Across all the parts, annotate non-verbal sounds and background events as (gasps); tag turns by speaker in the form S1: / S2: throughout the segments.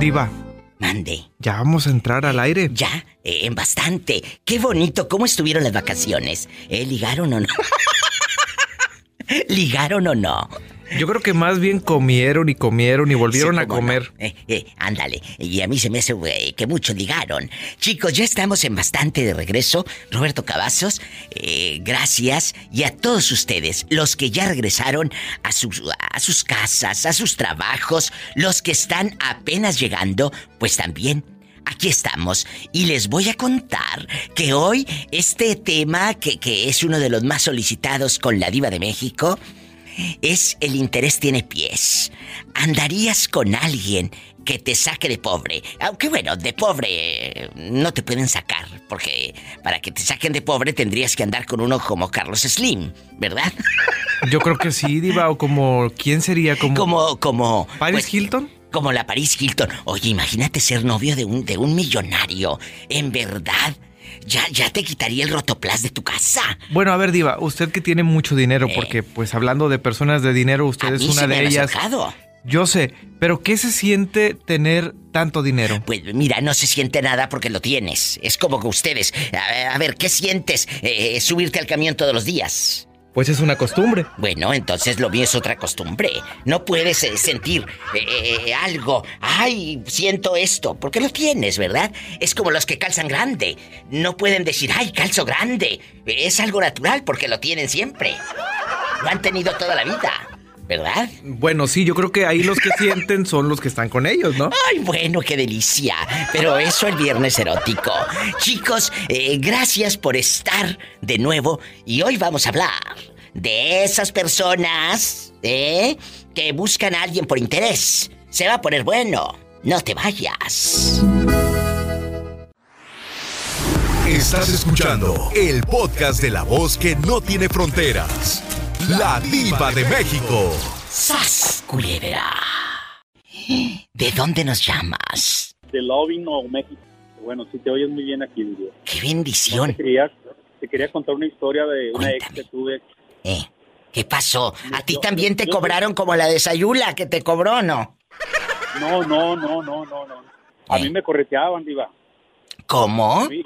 S1: Diva,
S2: Mande.
S1: ya vamos a entrar al aire.
S2: Ya, eh, en bastante. Qué bonito. ¿Cómo estuvieron las vacaciones? ¿Eh, ¿Ligaron o no? (laughs) ¿Ligaron o no?
S1: Yo creo que más bien comieron y comieron y volvieron
S2: Sí,
S1: a
S2: cómo no.
S1: comer.
S2: Eh, eh, ándale. Y a mí se me hace güey, que muchos ligaron. Chicos, ya estamos en bastante de regreso. Roberto Cavazos, eh, gracias. Y a todos ustedes, los que ya regresaron a sus, a sus casas, a sus trabajos, los que están apenas llegando, pues también. Aquí estamos y les voy a contar que hoy este tema, que, que es uno de los más solicitados con la diva de México, es el interés tiene pies. ¿Andarías con alguien que te saque de pobre? Aunque bueno, de pobre eh, no te pueden sacar, porque para que te saquen de pobre tendrías que andar con uno como Carlos Slim, ¿verdad?
S1: Yo creo que sí, Diva, o como, ¿quién sería? Como,
S2: Como, como.
S1: Paris
S2: pues,
S1: Hilton.
S2: Como la Paris Hilton. Oye, imagínate ser novio de un, de un millonario. En verdad, ya, ya te quitaría el rotoplas de tu casa.
S1: Bueno, a ver, Diva, usted que tiene mucho dinero, porque pues hablando de personas de dinero, usted
S2: Eh. A
S1: es
S2: mí
S1: una
S2: se me
S1: de
S2: han
S1: ellas.
S2: acercado.
S1: Yo sé, pero ¿qué se siente tener tanto dinero?
S2: Pues mira, no se siente nada porque lo tienes. Es como que ustedes. A ver, a ver, ¿qué sientes? Eh, eh, subirte al camión todos los días.
S1: Pues es una costumbre.
S2: Bueno, entonces lo mío es otra costumbre. No puedes eh, sentir eh, eh, eh, algo. Ay, siento esto. Porque lo tienes, ¿verdad? Es como los que calzan grande. No pueden decir, ay, calzo grande. Es algo natural porque lo tienen siempre. Lo han tenido toda la vida, ¿verdad?
S1: Bueno, sí, yo creo que ahí los que sienten son los que están con ellos, ¿no?
S2: Ay, bueno, qué delicia. Pero eso el viernes erótico. Chicos, eh, gracias por estar de nuevo y hoy vamos a hablar de esas personas, ¿eh? Que buscan a alguien por interés. Se va a poner bueno. No te vayas.
S3: Estás escuchando el podcast de la voz que no tiene fronteras. La diva de México.
S2: ¡Sas, culebra! ¿De dónde nos llamas?
S4: de Loving o México. Bueno, si te oyes muy bien aquí, digo.
S2: ¡Qué bendición!
S4: Te quería, te quería contar una historia de una ex
S2: Cuéntame.
S4: que tuve.
S2: ¿Eh? ¿Qué pasó? ¿A ti
S4: Yo-
S2: también te
S4: yo- yo-
S2: cobraron como la desayula que te cobró, no?
S4: No, no, no, no, no, no. A
S2: ¿Eh?
S4: mí me correteaban, diva.
S2: ¿Cómo?
S4: Sí,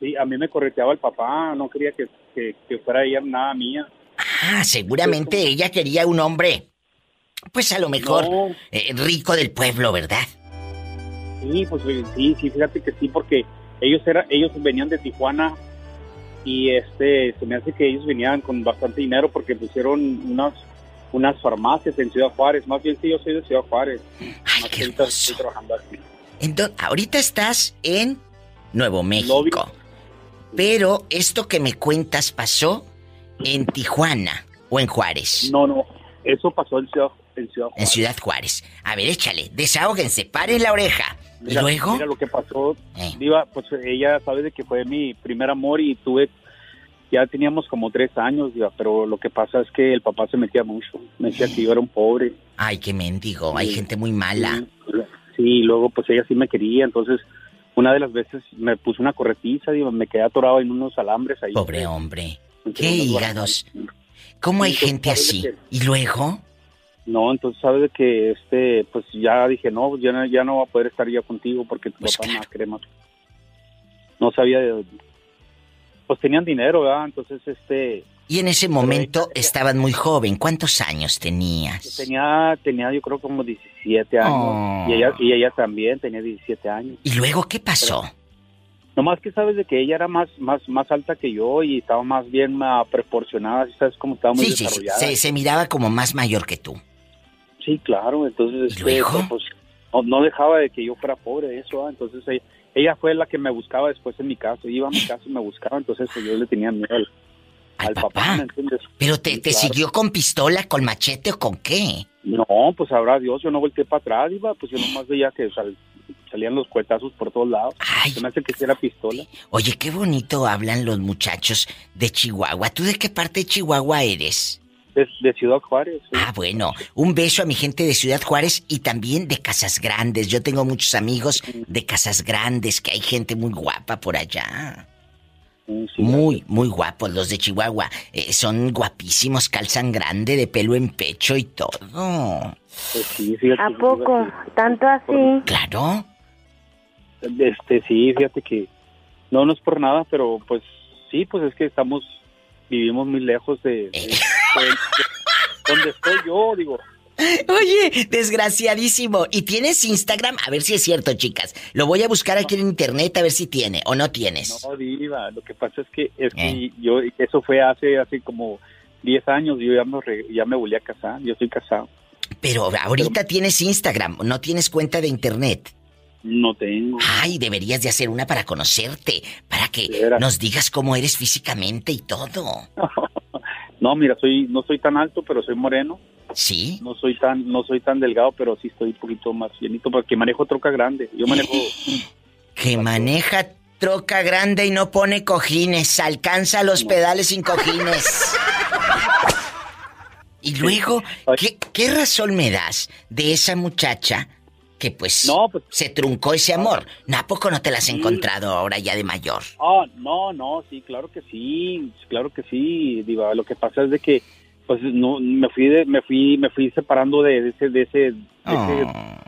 S4: sí, a mí me correteaba el papá. No quería que, que, que fuera ella nada mía.
S2: Ah, seguramente ella quería un hombre. Pues a lo mejor
S4: No.
S2: eh, rico del pueblo, ¿verdad?
S4: Sí, pues oye, sí, sí, fíjate que sí, porque ellos era, ellos venían de Tijuana y este se me hace que ellos venían con bastante dinero porque pusieron unas unas farmacias en Ciudad Juárez. Más bien sí, yo soy de Ciudad Juárez.
S2: Ay,
S4: Más
S2: qué
S4: que ahorita estoy
S2: hermoso.
S4: trabajando aquí.
S2: Entonces, ahorita estás en Nuevo
S4: Lobby.
S2: México. Pero esto que me cuentas pasó en Tijuana o en Juárez.
S4: No, no, eso pasó en Ciudad, en Ciudad
S2: En
S4: Juárez.
S2: Ciudad Juárez. A ver, échale, desahóguense, paren la oreja. Y
S4: Mira,
S2: luego,
S4: Mira lo que pasó,
S2: Eh.
S4: Diva, pues ella sabe de que fue mi primer amor y tuve, ya teníamos como tres años, Diva, pero lo que pasa es que el papá se metía mucho, me decía que yo era un pobre.
S2: ay, qué mendigo, hay
S4: Sí.
S2: gente muy mala.
S4: Sí, y luego pues ella sí me quería, entonces una de las veces me puso una corretiza, Diva, me quedé atorado en unos alambres ahí.
S2: Pobre hombre.
S4: Entre
S2: Qué
S4: unos
S2: hígados. ¿Cómo hay
S4: Sí, pues,
S2: gente
S4: ¿sabes de
S2: así?
S4: qué?
S2: Y luego,
S4: No, entonces sabes de que este, pues ya dije, no, pues, ya no, ya no va a poder estar yo contigo porque tu
S2: Pues,
S4: papá
S2: claro.
S4: más crema. No sabía de pues tenían dinero, ¿verdad? Entonces este
S2: Y en ese momento estaban muy joven. ¿Cuántos años tenías?
S4: tenía tenía yo creo como 17 años
S2: Oh.
S4: y ella y ella también tenía 17 años.
S2: ¿Y luego qué pasó?
S4: Nomás que sabes de que ella era más más más alta que yo y estaba más bien ah, proporcionada, ¿sí ¿sabes cómo estaba muy
S2: Sí, sí, sí,
S4: desarrollada?
S2: se, se miraba como más mayor que tú.
S4: Sí, claro, entonces
S2: ¿Y
S4: este,
S2: luego?
S4: pues no, no dejaba de que yo fuera pobre, eso, ah, entonces ella, ella fue la que me buscaba después en mi caso, iba a mi casa y me buscaba, entonces pues, yo le tenía miedo al,
S2: Al
S4: al papá,
S2: papá.
S4: ¿me entiendes?
S2: ¿Pero te,
S4: Sí,
S2: te
S4: claro.
S2: siguió con pistola, con machete o con qué?
S4: No, pues ahora Dios, yo no volteé para atrás, iba, pues yo nomás veía que sal- salían los cuetazos por todos lados,
S2: Ay,
S4: se me hace que si era pistola,
S2: oye, qué bonito hablan los muchachos de Chihuahua. ¿Tú de qué parte de Chihuahua eres?
S4: de, de Ciudad Juárez, sí.
S2: Ah, bueno, un beso a mi gente de Ciudad Juárez y también de Casas Grandes. Yo tengo muchos amigos de Casas Grandes, que hay gente muy guapa por allá.
S4: Sí, sí.
S2: Muy, muy guapos los de Chihuahua. Eh, son guapísimos, calzan grande, de pelo en pecho y todo.
S4: Pues sí, fíjate.
S5: ¿A
S4: que-
S5: poco? ¿Tanto así?
S2: Claro.
S4: Este, sí, fíjate que no, no es por nada, pero pues sí, pues es que estamos, vivimos muy lejos
S2: Eh.
S4: de, de- de- (laughs) donde estoy yo, digo.
S2: Oye, desgraciadísimo. ¿Y tienes Instagram? A ver si es cierto, chicas. Lo voy a buscar aquí en internet a ver si tiene o no tienes.
S4: No, diva, lo que pasa es que, es que
S2: Pues. Eh.
S4: yo, eso fue hace, hace como 10 años, yo ya me, re- ya me volví a casar, yo estoy casado.
S2: Pero ahorita tienes Instagram, no tienes cuenta de internet.
S4: No tengo.
S2: Ay, deberías de hacer una para conocerte, para
S4: De
S2: que
S4: veras.
S2: nos digas cómo eres físicamente y
S4: (laughs)
S2: todo.
S4: No, mira, soy, no soy tan alto, pero soy moreno.
S2: ¿Sí?
S4: No soy tan, no soy tan delgado, pero sí estoy un poquito más llenito, porque manejo troca grande.
S2: (laughs)
S4: Yo manejo,
S2: Que maneja troca grande y no pone cojines, alcanza los pedales sin cojines.
S4: (laughs)
S2: Y luego, ¿qué, qué razón me das de esa muchacha que pues,
S4: No, pues-
S2: se truncó ese amor? ¿No, ¿A poco no te la has encontrado ahora ya de mayor?
S4: ah, no, no, sí, claro que sí, claro que sí, diva. Lo que pasa es de que, pues, no, me fui, de- me fui, me fui separando de, de ese, de ese, de ese-
S2: Oh,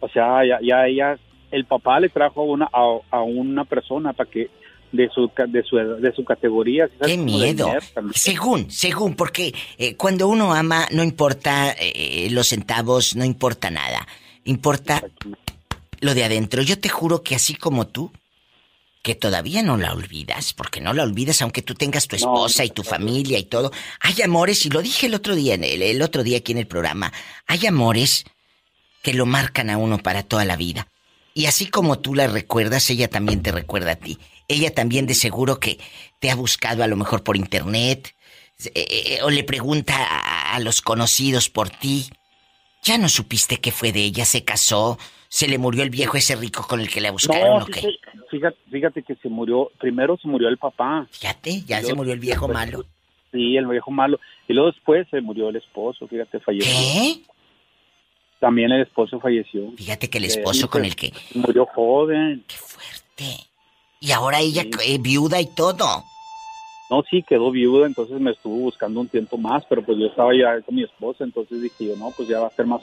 S4: o sea, ya, ya ella, el papá le trajo a una, a, a una persona para que de su, ca- de su, de su categoría. ¿sabes?
S2: ¡Qué
S4: Como de
S2: miedo!
S4: dinero también.
S2: Según, según, porque eh, cuando uno ama no importa eh, los centavos, no importa nada. Importa lo de adentro, yo te juro que así como tú, que todavía no la olvidas, porque no la olvidas aunque tú tengas tu
S4: No,
S2: esposa
S4: no,
S2: y tu
S4: no.
S2: familia y todo. Hay amores, y lo dije el otro día, en el, el otro día aquí en el programa, hay amores que lo marcan a uno para toda la vida. Y así como tú la recuerdas, ella también te recuerda a ti. Ella también de seguro que te ha buscado a lo mejor por internet, eh, eh, o le pregunta a- a los conocidos por ti. Ya no supiste qué fue de ella, se casó, se le murió el viejo ese rico con el que la buscaron
S4: No,
S2: o
S4: sí
S2: Pues qué.
S4: se- fíjate, fíjate que se murió, primero se murió el papá.
S2: Fíjate, ya
S4: Yo-
S2: se murió el viejo malo.
S4: Sí, el viejo malo. Y luego después se murió el esposo, fíjate, falleció.
S2: ¿Qué?
S4: También el esposo falleció.
S2: Fíjate que el
S4: Eh,
S2: esposo con
S4: pues-
S2: el que.
S4: Murió joven.
S2: ¡Qué fuerte! Y ahora ella
S4: Sí.
S2: eh, viuda y todo.
S4: No, sí, quedó viuda, entonces me estuvo buscando un tiempo más, pero pues yo estaba ya con mi esposa, entonces dije yo, no, pues ya va a ser más,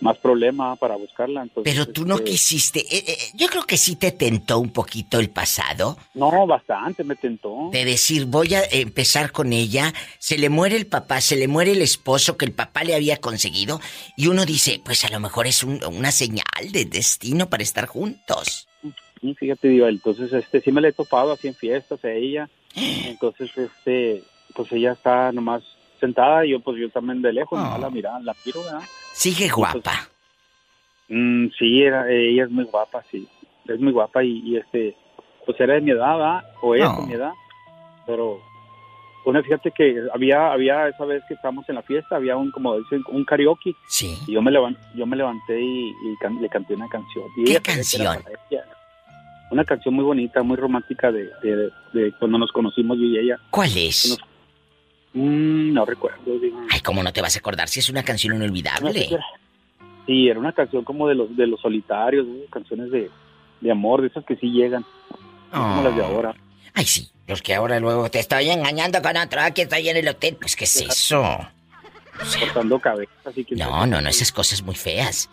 S4: más problema para buscarla. Entonces,
S2: Pero tú no
S4: este,
S2: quisiste. eh, eh, yo creo que sí te tentó un poquito el pasado
S4: No, bastante, me tentó.
S2: de decir, voy a empezar con ella. Se le muere el papá, se le muere el esposo que el papá le había conseguido. Y uno dice, pues a lo mejor es un- una señal de destino para estar juntos.
S4: Sí, Fíjate, Diva, entonces este, sí me la he topado así en fiestas a ella. Entonces, este, pues ella está nomás sentada y yo pues yo también de lejos,
S2: Ah.
S4: nomás la mirada, la miro, ¿verdad?
S2: Sigue guapa.
S4: Mm, sí, era, ella es muy guapa, sí. Es muy guapa y, y, este, pues era de mi edad, ¿verdad? O es
S2: No.
S4: de mi edad. Pero, bueno, fíjate que había, había esa vez que estábamos en la fiesta, había un, como dicen, un karaoke.
S2: Sí.
S4: Y yo me, levan- yo me levanté y, y can- le canté una canción. Y
S2: ¿Qué
S4: ella sabía que era
S2: canción?
S4: para ella. Una canción muy bonita, muy romántica de, de- de cuando nos conocimos yo y ella.
S2: ¿Cuál es?
S4: Mm, no recuerdo. digo.
S2: Ay, ¿cómo no te vas a acordar si es una canción inolvidable?
S4: Sí, era una canción como de los de los solitarios, de esas canciones de, de amor, de esas que sí llegan, no como las de
S2: Ah.
S4: ahora.
S2: Ay, sí. Los que ahora luego te estoy engañando con otro, aquí estoy en el hotel. Pues, ¿qué es eso?
S4: Cortando cabezas y que
S2: No, no, no, esas cosas muy feas.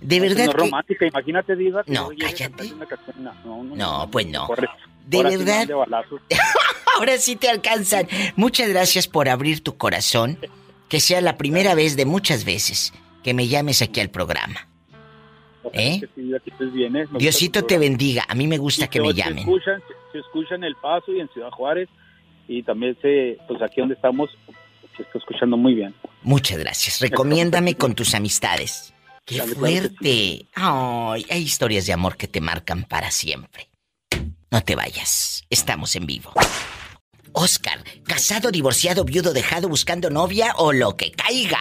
S2: De
S4: No, pues,
S2: verdad
S4: no es
S2: que...
S4: romántica, imagínate diva que
S2: No,
S4: yo llegue a
S2: cállate.
S4: cantarle una canción, no, no, no,
S2: No, pues no.
S4: corre.
S2: De
S4: Ahora sí me
S2: verdad.
S4: dan
S2: (laughs)
S4: de balazos.
S2: Ahora sí te alcanzan. Muchas gracias por abrir tu corazón. Que sea la primera vez de muchas veces que me llames aquí al programa.
S4: Ojalá
S2: ¿Eh?
S4: que sí, Diva, que estés bien, ¿eh? Me gusta
S2: Diosito
S4: tu
S2: te
S4: programa.
S2: bendiga. A mí me gusta
S4: Y
S2: que me
S4: hoy Se
S2: llamen.
S4: escuchan, se escuchan en El Paso y en Ciudad Juárez y también se, pues aquí donde estamos se está escuchando muy bien.
S2: Muchas gracias. Recomiéndame con tus amistades. ¡Qué
S4: Claro, claro que
S2: fuerte! Ay, hay historias de amor que te marcan para siempre. No te vayas. Estamos en vivo. Oscar, casado, divorciado, viudo, dejado, buscando novia o lo que caiga.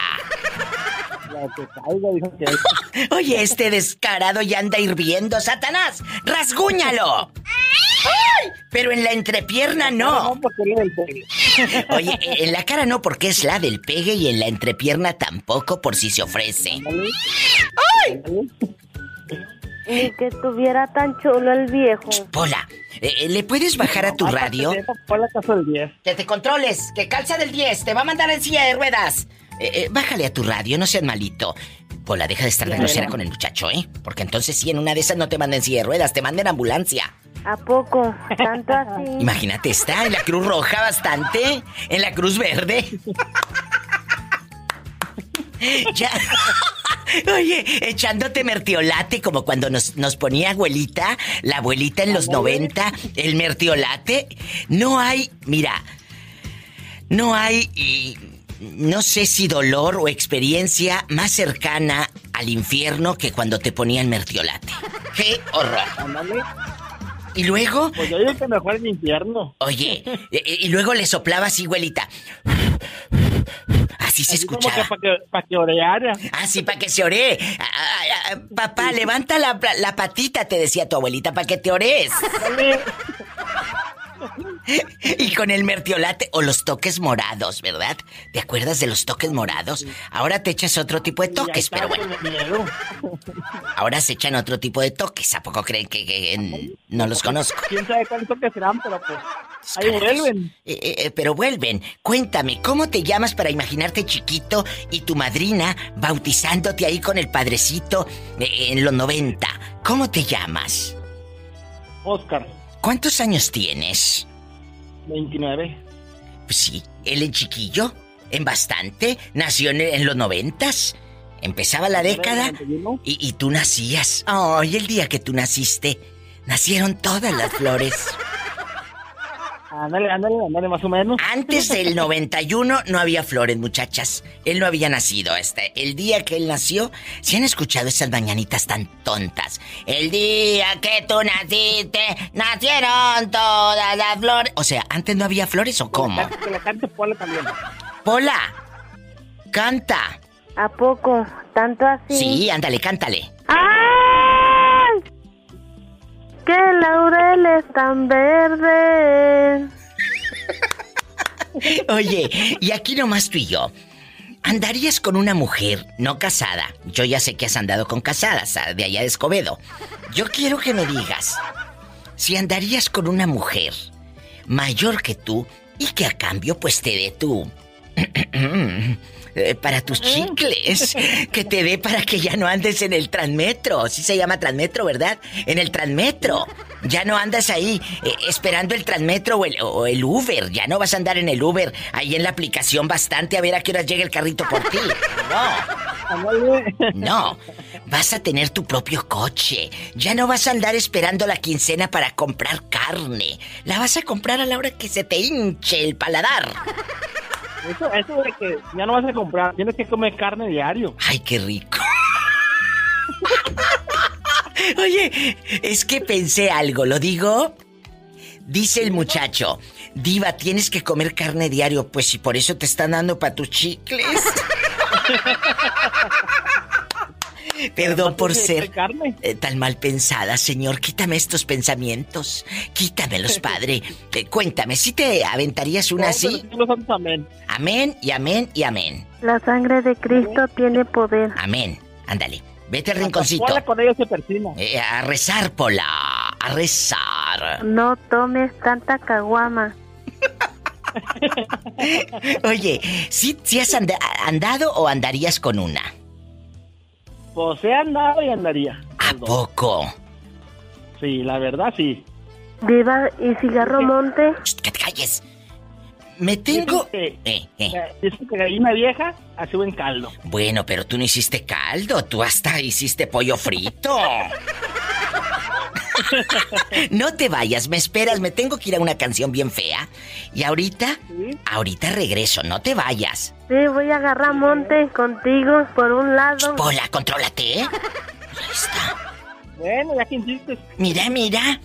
S2: Oye, este descarado ya anda hirviendo, Satanás. ¡Rasguñalo! ¡Ay! Pero en la entrepierna no. (laughs) Oye, e- en la cara no porque es la del pegue y en la entrepierna tampoco por si se ofrece.
S5: Ni que estuviera tan chulo el viejo.
S2: Pola, eh, eh, ¿le puedes bajar a tu radio?
S6: Por la casa del 10.
S2: Que te controles, que calza del 10, te va a mandar en silla de ruedas. Eh, eh, bájale a tu radio, no seas malito. Pola, deja de estar de
S5: Claro.
S2: grosera con el muchacho, ¿eh? Porque entonces sí, en una de esas no te manden en silla de ruedas, te manden ambulancia.
S5: ¿A poco? ¿Tanto así?
S2: (laughs) Imagínate, está en la Cruz Roja bastante, en la Cruz Verde. Ya. Oye, echándote mertiolate, como cuando nos, nos ponía abuelita, la abuelita en los 90, el mertiolate. No hay, mira, no hay, y, no sé si dolor o experiencia más cercana al infierno que cuando te ponían mertiolate. ¡Qué horror!
S4: Ándale.
S2: Y luego,
S4: Pues yo digo que mejor el infierno.
S2: Oye, e, y, y luego le soplaba así, güelita. Así se
S4: Así como que
S2: escuchaba.
S4: para que, pa' que oreara.
S2: Así para que se ore. Ah, ah, ah, Papá, levanta la, la patita, te decía tu abuelita, para que te ores.
S4: Ándale.
S2: (laughs) Y con el mertiolate o los toques morados, ¿verdad? ¿Te acuerdas de los toques morados? Ahora te echas otro tipo de
S4: Y ahí
S2: toques,
S4: está,
S2: pero bueno,
S4: con el miedo.
S2: ahora se echan otro tipo de toques. ¿A poco creen que, que- que no los conozco?
S4: ¿Quién sabe cuánto que serán? Pero pues ahí vuelven.
S2: Eh, eh, eh, pero vuelven. Cuéntame, ¿cómo te llamas para imaginarte chiquito y tu madrina bautizándote ahí con el padrecito eh, en los 90? ¿Cómo te llamas?
S4: Oscar,
S2: ¿Cuántos años tienes?
S4: 29.
S2: Pues sí, él en chiquillo, en bastante, nació en, en los 90. Empezaba
S4: Pues,
S2: la década
S4: 91.
S2: y, y tú nacías. Ay, el día que tú naciste, nacieron todas las flores.
S4: Ándale, ándale, ándale, más o menos.
S2: Antes
S4: (laughs)
S2: del 91 no había flores, muchachas. Él no había nacido. Hasta el día que él nació, ¿se han escuchado esas mañanitas tan tontas? El día que tú naciste, nacieron todas las flores. O sea, antes no había flores o cómo?
S4: Que la cante Pola también.
S2: Pola, canta.
S5: ¿A poco? ¿Tanto así?
S2: Sí, ándale, cántale.
S4: ¡Ah!
S5: ¡Ay! ¡Qué laureles tan
S2: (laughs)
S5: verdes!
S2: Oye, y aquí nomás tú y yo. ¿Andarías con una mujer no casada? Yo ya sé que has andado con casadas, ah, de allá de Escobedo. Yo quiero que me digas, si andarías con una mujer mayor que tú y que a cambio pues te dé tu... (clears throat) eh, para tus chicles, que te dé para que ya no andes en el transmetro, sí se llama transmetro, ¿verdad? En el transmetro, ya no andas ahí eh, esperando el transmetro o el, o el Uber, ya no vas a andar en el Uber, ahí en la aplicación bastante a ver a qué horas llega el carrito por ti. No.
S4: Ándale.
S2: No, vas a tener tu propio coche. Ya no vas a andar esperando la quincena para comprar carne. La vas a comprar a la hora que se te hinche el paladar.
S4: Eso, eso de que ya no vas a comprar, tienes que comer carne diario.
S2: Ay, qué rico. Oye, es que pensé algo, ¿lo digo? Dice el muchacho, Diva, tienes que comer carne diario, pues si por eso te están dando para tus chicles. Perdón por
S4: Tienes que
S2: ser
S4: comer carne.
S2: Eh, tan mal pensada, señor. Quítame estos pensamientos.
S4: (laughs)
S2: Quítamelos, padre. Eh, cuéntame, ¿si te aventarías una
S4: No,
S2: así?
S4: pero sí los santos, amén.
S2: Amén y amén y amén.
S5: La sangre de Cristo tiene poder.
S2: Amén. Ándale. Vete al
S4: Hasta
S2: rinconcito.
S4: Pola con ellos se persina.
S2: Eh, a rezar, Pola. A
S4: (laughs)
S2: rezar.
S5: No tomes tanta caguama.
S2: Oye, ¿sí, sí has anda- andado o andarías con una?
S4: Pues he andado y andaría.
S2: ¿A poco?
S4: Sí, la verdad sí.
S5: Viva y cigarro monte.
S2: Eh, Shh, que te calles. Me tengo...
S4: Dicen que,
S2: Eh, eh.
S4: eh, dicen que gallina vieja hace buen caldo.
S2: Bueno, pero tú no hiciste caldo, tú hasta hiciste pollo frito. no te vayas, me esperas, me tengo que ir a una canción bien fea. Y ahorita, ahorita regreso, no te vayas.
S5: Sí, voy a agarrar monte contigo por un lado.
S2: Pola, contrólate, ¿eh? Ahí está.
S4: Bueno, ya que insistes.
S2: Mira, mira.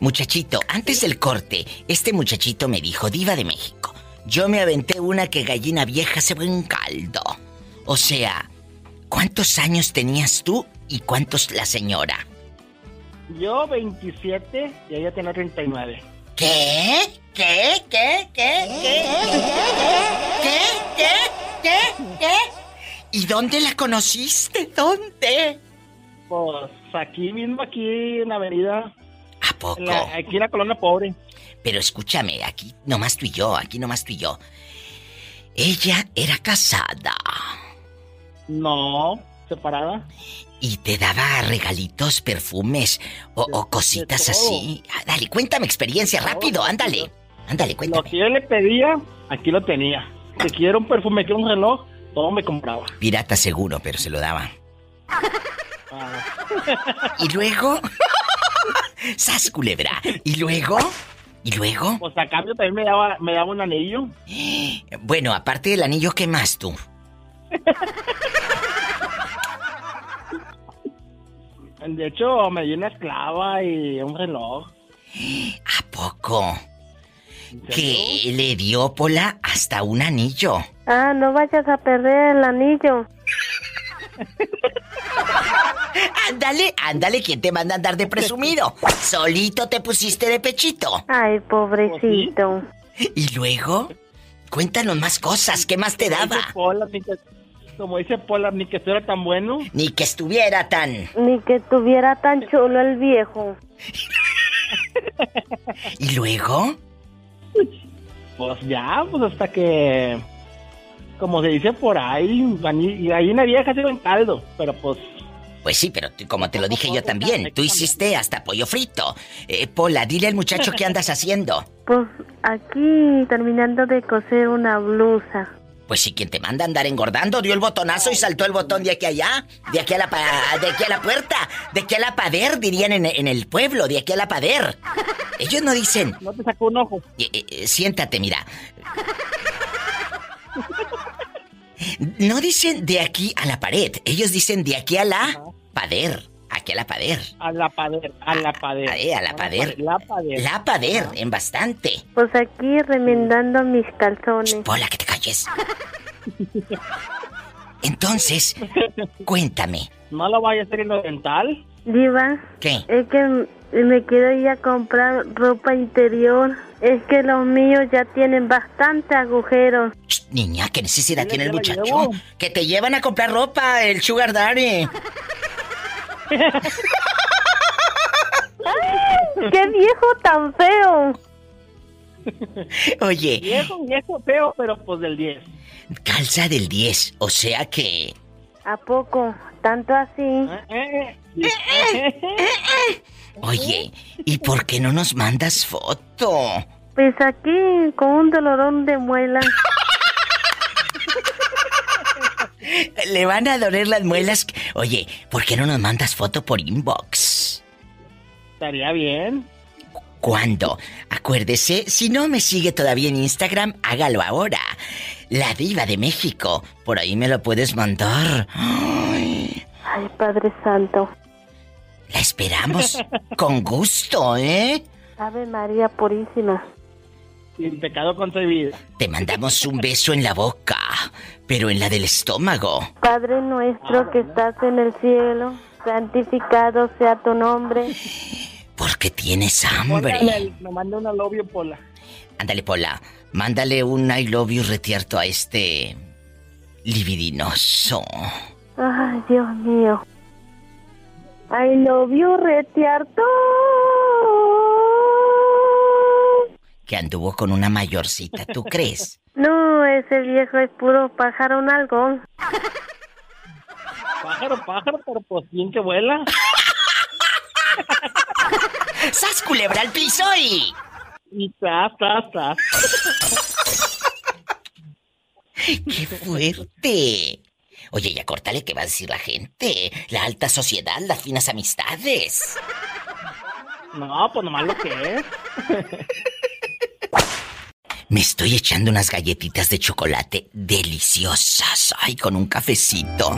S2: Muchachito, antes del corte, este muchachito me dijo, diva de México, yo me aventé una que gallina vieja se ve en caldo. O sea, ¿cuántos años tenías tú y cuántos la señora?
S4: Yo 27 y ella tenía 39.
S2: ¿Qué? ¿Qué? ¿Qué? ¿Qué? ¿Qué? ¿Qué? ¿Qué? ¿Qué? ¿Qué? ¿Y dónde la conociste? ¿Dónde?
S4: Pues aquí mismo, aquí en la avenida,
S2: ¿A poco?
S4: en la- aquí en la colonia pobre.
S2: Pero escúchame, aquí nomás tú y yo, aquí nomás tú y yo. Ella era casada
S4: No, separada.
S2: y te daba regalitos, perfumes o,
S4: De-
S2: o cositas
S4: de todo.
S2: así. Ah, Dale, cuéntame experiencia,
S4: Todo,
S2: rápido,
S4: todo.
S2: ándale. Ándale,
S4: Lo que
S2: cuéntame.
S4: yo le pedía, (laughs) aquí lo tenía. Si quiero un perfume, quiero un reloj, todo me compraba. (laughs)
S2: Pirata seguro, pero se lo daba.
S4: Ah,
S2: Y luego. (laughs) ¡Sas culebra! Y luego. Y luego.
S4: pues a cambio también me daba, me daba un anillo.
S2: Bueno, aparte del anillo, ¿qué más tú?
S4: De hecho, me dio una esclava y un reloj.
S2: ¿A poco?
S4: ¿En serio?
S2: Que le dio Pola hasta un anillo.
S5: Ah, no vayas a perder el anillo.
S2: (gasps) Ándale, ándale, ¿quién te manda a andar de
S4: (laughs)
S2: presumido? Solito te pusiste de pechito.
S5: Ay, pobrecito.
S2: Y luego, cuéntanos más cosas, ¿qué más te
S4: Como dice
S2: daba?
S4: Pola, ni que- como dice Pola, ni que estuviera tan bueno.
S2: Ni que estuviera tan.
S5: Ni que tuviera tan chulo el viejo.
S2: Y luego,
S4: Pues ya, pues hasta que, como se dice por ahí, gani- y ahí una vieja hace buen caldo, pero pues
S2: pues sí, pero tú- como te lo dije yo también, tú hiciste hasta pollo frito. Eh, Pola, dile al muchacho qué andas haciendo.
S5: Pues aquí terminando de coser una blusa.
S2: Pues si quien te manda a andar engordando dio el botonazo y saltó el botón de aquí a allá, de aquí a la, pa- de aquí a la puerta, de aquí a la pader, dirían en, en el pueblo, de aquí a la pader. Ellos no dicen,
S4: no te sacó un ojo.
S2: eh, eh, eh, siéntate, mira. No dicen de aquí a la pared, ellos dicen de aquí a la pader, aquí a la pader.
S4: A la pader, a la pader.
S2: Ahí, a la
S4: No,
S2: pader.
S4: La pader.
S2: La pader, en bastante.
S5: Pues aquí remendando mis calzones.
S2: Hola, que te calles.
S4: (laughs)
S2: Entonces, cuéntame,
S4: No lo vaya a hacer en lo dental.
S5: Diva,
S2: ¿qué?
S5: es que m- me quiero ir a comprar ropa interior. Es que los míos ya tienen bastante agujeros.
S2: Ch, Niña, ¿qué necesidad
S4: Dile
S2: tiene el
S4: que la
S2: muchacho?
S4: llevo.
S2: Que te llevan a comprar ropa, el sugar daddy.
S5: ¡Qué viejo tan feo!
S2: Oye,
S4: Viejo, viejo, feo, pero pues del 10.
S2: calza del 10, o sea que...
S5: ¿A poco? ¿Tanto así?
S4: Eh, eh, eh.
S2: Oye, ¿y por qué no nos mandas foto?
S5: Pues aquí con un dolorón de muela.
S2: Le van a doler las muelas. Oye, ¿por qué no nos mandas foto por inbox?
S4: Estaría bien.
S2: ¿Cuándo? Acuérdese, si no me sigue todavía en Instagram, hágalo ahora. La diva de México, por ahí me lo puedes mandar. (gasps) Ay,
S5: Ay, Padre Santo.
S2: la esperamos con gusto, ¿eh?
S5: Ave María Purísima.
S4: Sin pecado concebida.
S2: Te mandamos un beso en la boca, pero en la del estómago.
S5: Padre nuestro que estás en el cielo, santificado sea tu nombre.
S2: Porque tienes hambre.
S4: Póngale, me manda una pues lobio pola.
S2: Ándale, Pola. Mándale un I love you retierto a este. libidinoso.
S5: Ay, Dios mío. I love you, retiarto.
S2: que anduvo con una mayorcita, ¿tú
S4: (laughs)
S2: crees?
S5: No, ese viejo es puro pájaro un algón.
S4: Pájaro, pájaro, pero pues bien que vuela.
S2: (laughs) ¡Sas culebra al piso y!
S4: Y tras, tras, tras.
S2: (laughs) ¡Qué fuerte! Oye, ya córtale, ¿qué va a decir la gente? La alta sociedad, las finas amistades.
S4: No, pues nomás lo que es.
S2: Me estoy echando unas galletitas de chocolate deliciosas. Ay, con un cafecito.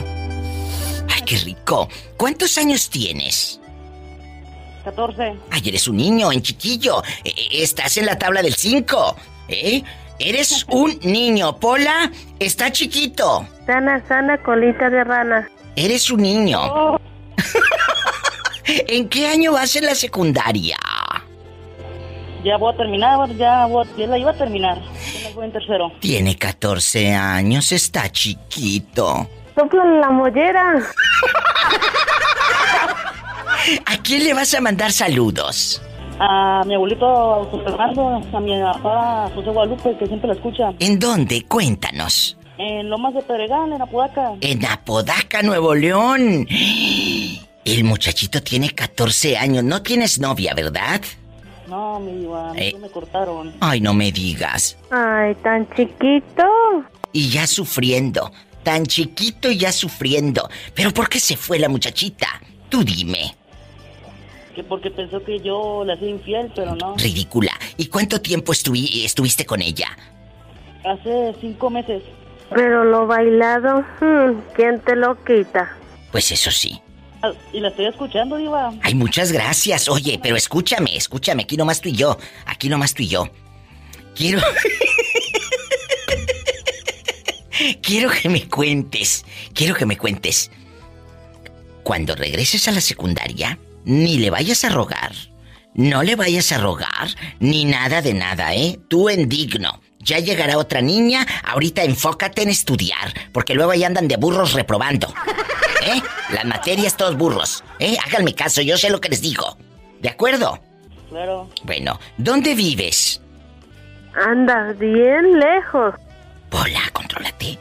S2: Ay, qué rico. ¿Cuántos años tienes?
S5: 14.
S2: Ay, eres un niño, en chiquillo. E- e- Estás en la tabla del 5. ¿Eh? Eres un niño, Pola. Está chiquito.
S5: Sana, sana, colita de rana. Oh.
S2: Eres un niño. (laughs) ¿En qué año vas en la secundaria?
S6: Ya voy a terminar, ya, voy a- ya la iba a terminar. Ya la voy en tercero.
S2: Tiene 14 años, está chiquito.
S5: Soplan la mollera.
S2: (laughs) ¿A quién le vas a mandar saludos?
S6: a mi abuelito a José Fernando, a mi papá a José Guadalupe, que siempre la escucha.
S2: ¿En dónde? Cuéntanos.
S6: En Lomas de Pedregal, en Apodaca.
S2: En Apodaca, Nuevo León. El muchachito tiene 14 años. No tienes novia, ¿verdad?
S6: No, mi diva, a mí
S2: Eh.
S6: me cortaron.
S2: Ay, no me digas.
S5: Ay, tan chiquito.
S2: Y ya sufriendo. Tan chiquito y ya sufriendo. Pero ¿por qué se fue la muchachita? Tú dime.
S6: Que porque pensó que yo le hacía infiel, pero no.
S2: Ridícula. ¿Y cuánto tiempo estuvi- estuviste con ella?
S6: Hace cinco meses.
S5: Pero lo bailado, hmm, ¿quién te lo quita?
S2: Pues eso sí.
S6: Ah, Y la estoy escuchando, diva.
S2: Ay, muchas gracias. Oye, pero escúchame, escúchame. Aquí nomás tú y yo. Aquí nomás tú y yo. Quiero... (laughs) quiero que me cuentes. Quiero que me cuentes. Cuando regreses a la secundaria, ni le vayas a rogar. No le vayas a rogar ni nada de nada, ¿eh? Tú en digno. Ya llegará otra niña. Ahorita enfócate en estudiar, porque luego ahí andan de burros reprobando. (laughs) ¿Eh? Las materias todos burros. ¿Eh? Háganme caso, yo sé lo que les digo. ¿De acuerdo?
S6: Claro.
S2: Bueno, ¿dónde vives?
S5: Andas bien lejos.
S2: Hola, contrólate.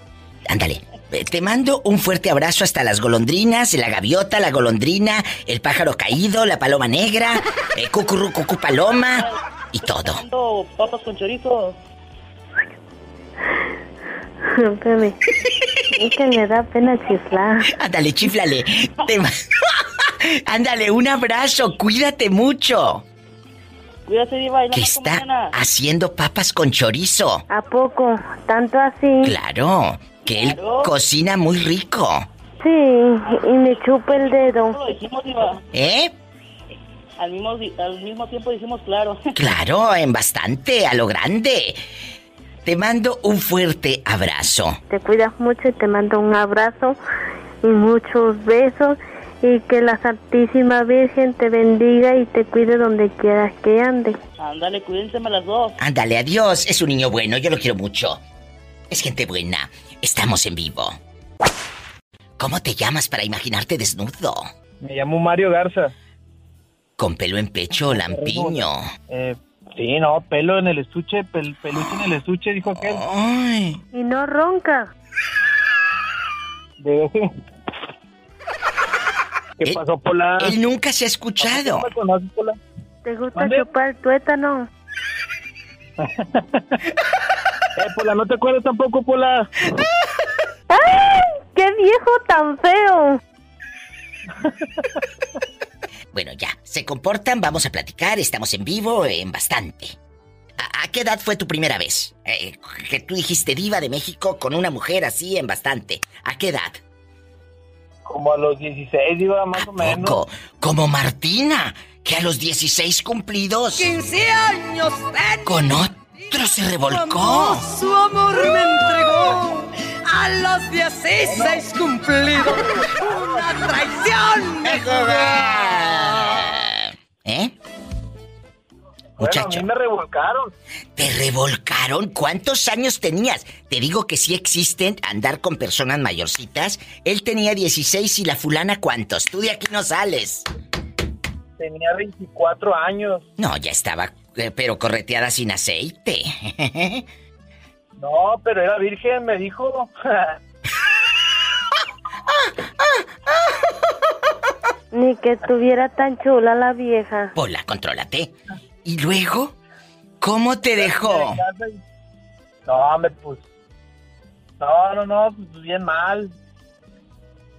S2: Ándale. Eh, Te mando un fuerte abrazo hasta las golondrinas, la gaviota, la golondrina, el pájaro caído, la paloma negra, eh, cucurru, cucú, paloma y todo.
S6: Ando papas con chorizo.
S5: (laughs) Espérame. Es que me da pena chiflar.
S2: (laughs) Ándale, chiflale. Te ma- (laughs) Ándale, un abrazo, cuídate mucho.
S6: Cuídate, diva, y no
S2: Que
S6: más como
S2: está
S6: mañana.
S2: haciendo papas con chorizo.
S5: ¿A poco? ¿Tanto así?
S2: Claro, que él
S6: Claro.
S2: cocina muy rico.
S5: Sí, y me chupa el dedo.
S6: Lo dijimos, diva.
S2: ¿Eh?
S6: Al mismo, di- al mismo tiempo dijimos, claro. (laughs)
S2: Claro, en bastante, a lo grande. Te mando un fuerte abrazo.
S5: Te cuidas mucho y te mando un abrazo y muchos besos. Y que la Santísima Virgen te bendiga y te cuide donde quieras que andes.
S6: Ándale, cuídense las dos.
S2: Ándale, adiós. Es un niño bueno, yo lo quiero mucho. Es gente buena. Estamos en vivo. ¿Cómo te llamas para imaginarte desnudo?
S7: Me llamo Mario Garza.
S2: Con pelo en pecho, lampiño.
S7: Eh, sí, no, pelo en el estuche, pel- peluche en el estuche, dijo aquel.
S2: Ay.
S5: Y no ronca.
S7: De- ¿Qué
S2: Él-
S7: pasó, Pola?
S2: Él nunca se ha
S7: ¿No
S2: escuchado.
S7: me conoces, Pola?
S5: ¿Te gusta
S7: ¿Mande?
S5: chupar tuétano?
S7: Eh, Pola, no te acuerdas
S5: (laughs)
S7: tampoco, Pola.
S5: ¡Qué viejo tan feo!
S2: Bueno, ya. Se comportan, vamos a platicar. Estamos en vivo, en bastante. ¿A, a qué edad fue tu primera vez? Eh, que tú dijiste diva de México con una mujer así, en bastante. ¿A qué edad?
S7: Como a los 16, iba más o
S2: ¿A
S7: menos.
S2: poco? Como Martina, que a los 16 cumplidos.
S8: 15 años tenía,
S2: Con otro se revolcó.
S8: su amor me entregó. A los 16 cumplidos, una traición me jugó.
S2: ¿Eh?
S7: Bueno, a
S2: Muchacho,
S7: mí me revolcaron.
S2: ¿te revolcaron? ¿Cuántos años tenías? Te digo que sí existen andar con personas mayorcitas. Él tenía 16 y la fulana cuántos. Tú de aquí no sales.
S7: Tenía 24 años.
S2: No, ya estaba, eh, pero correteada sin aceite. (laughs)
S7: No, pero era virgen, me dijo.
S5: Ni que estuviera tan chula la vieja.
S2: Pola, contrólate. ¿Y luego? ¿Cómo (laughs) te dejó?
S7: No, me pues. No, no, no, pues bien mal.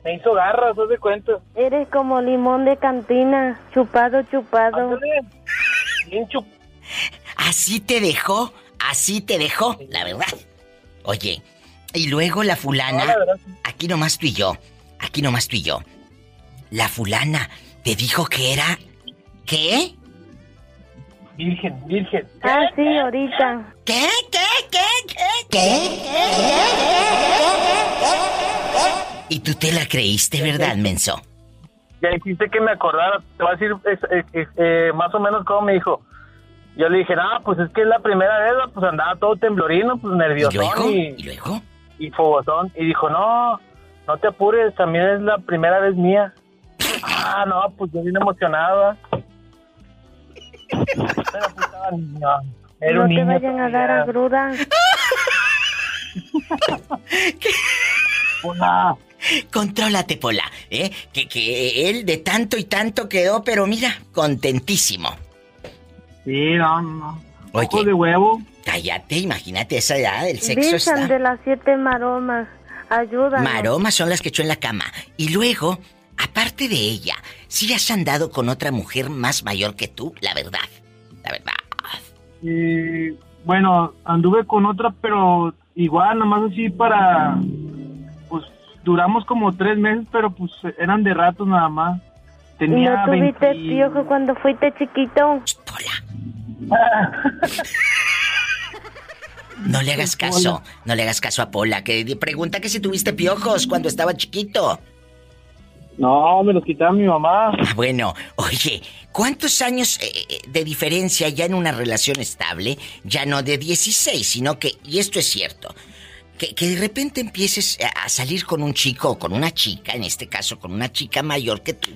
S7: Me hizo garras, haz de cuenta.
S5: Eres como limón de cantina, chupado, chupado.
S7: Ándale. Bien chup.
S2: Así te dejó, así te dejó, la verdad. Oye, y luego la
S7: No,
S2: fulana,
S7: la verdad, sí.
S2: aquí nomás tú y yo, aquí nomás tú y yo. La fulana te dijo que era... ¿Qué?
S7: virgen, virgen.
S5: Ah, sí, ahorita.
S2: ¿Qué? ¿Qué? ¿Qué? ¿Qué? ¿Qué? Y tú te la creíste, ¿verdad, menso?
S7: Ya hiciste que me acordara. Te voy a decir es- es- es- eh, más o menos cómo me dijo. Yo le dije, no, pues es que es la primera vez, pues andaba todo temblorino, pues
S2: ¿Y
S7: nervioso.
S2: luego? ¿Y luego?
S7: y fogosón y dijo, no, no te apures, también es la primera
S2: (laughs)
S7: vez mía. Ah, no, pues yo bien emocionada. Pero pues estaba niño. Era
S5: No
S7: un
S5: te
S7: niño
S5: vayan a dar
S7: todavía.
S5: a gruda.
S7: Hola.
S2: Contrólate, Pola, ¿eh? Que, que él de tanto y tanto quedó, pero mira, contentísimo.
S7: Sí, no, no.
S2: Oye.
S7: Ojo de huevo.
S2: Cállate, imagínate esa edad, el sexo
S5: Virgen de
S2: está...
S5: las siete maromas, ayúdanos.
S2: Maromas son las que echó en la cama. Y luego, aparte de ella, si has andado con otra mujer más mayor que tú, la verdad. La verdad.
S7: Eh, bueno, anduve con otra, pero igual, nomás así para. Pues duramos como tres meses, pero pues eran de ratos nada más.
S5: ¿Y
S7: Tenía
S5: no tuviste
S7: 20
S5: piojo cuando fuiste (laughs) chiquito?
S2: Ch, Pola. No le hagas caso, no le hagas caso a Pola, que di- pregunta que si tuviste piojos cuando estaba chiquito.
S7: No, me los quitaba mi mamá.
S2: Ah, bueno, oye, ¿cuántos años eh, eh, de diferencia ya en una relación estable? Ya no de 16, sino que, y esto es cierto, que, que de repente empieces a a salir con un chico o con una chica, en este caso con una chica mayor que tú.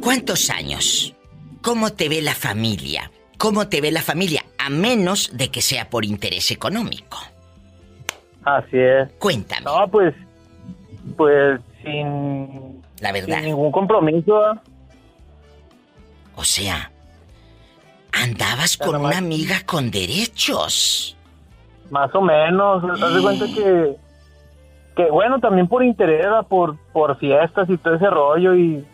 S2: ¿Cuántos años? ¿Cómo te ve la familia? ¿Cómo te ve la familia? A menos de que sea por interés económico.
S7: Así es.
S2: Cuéntame,
S7: No, pues. Pues sin.
S2: la
S7: Sin
S2: verdad.
S7: ningún compromiso. ¿ah?
S2: O sea, andabas
S7: Nada
S2: con
S7: más.
S2: una amiga con derechos.
S7: Más o menos, haz de cuenta que, que bueno, también por interés, ¿verdad? por, por fiestas y todo ese rollo y,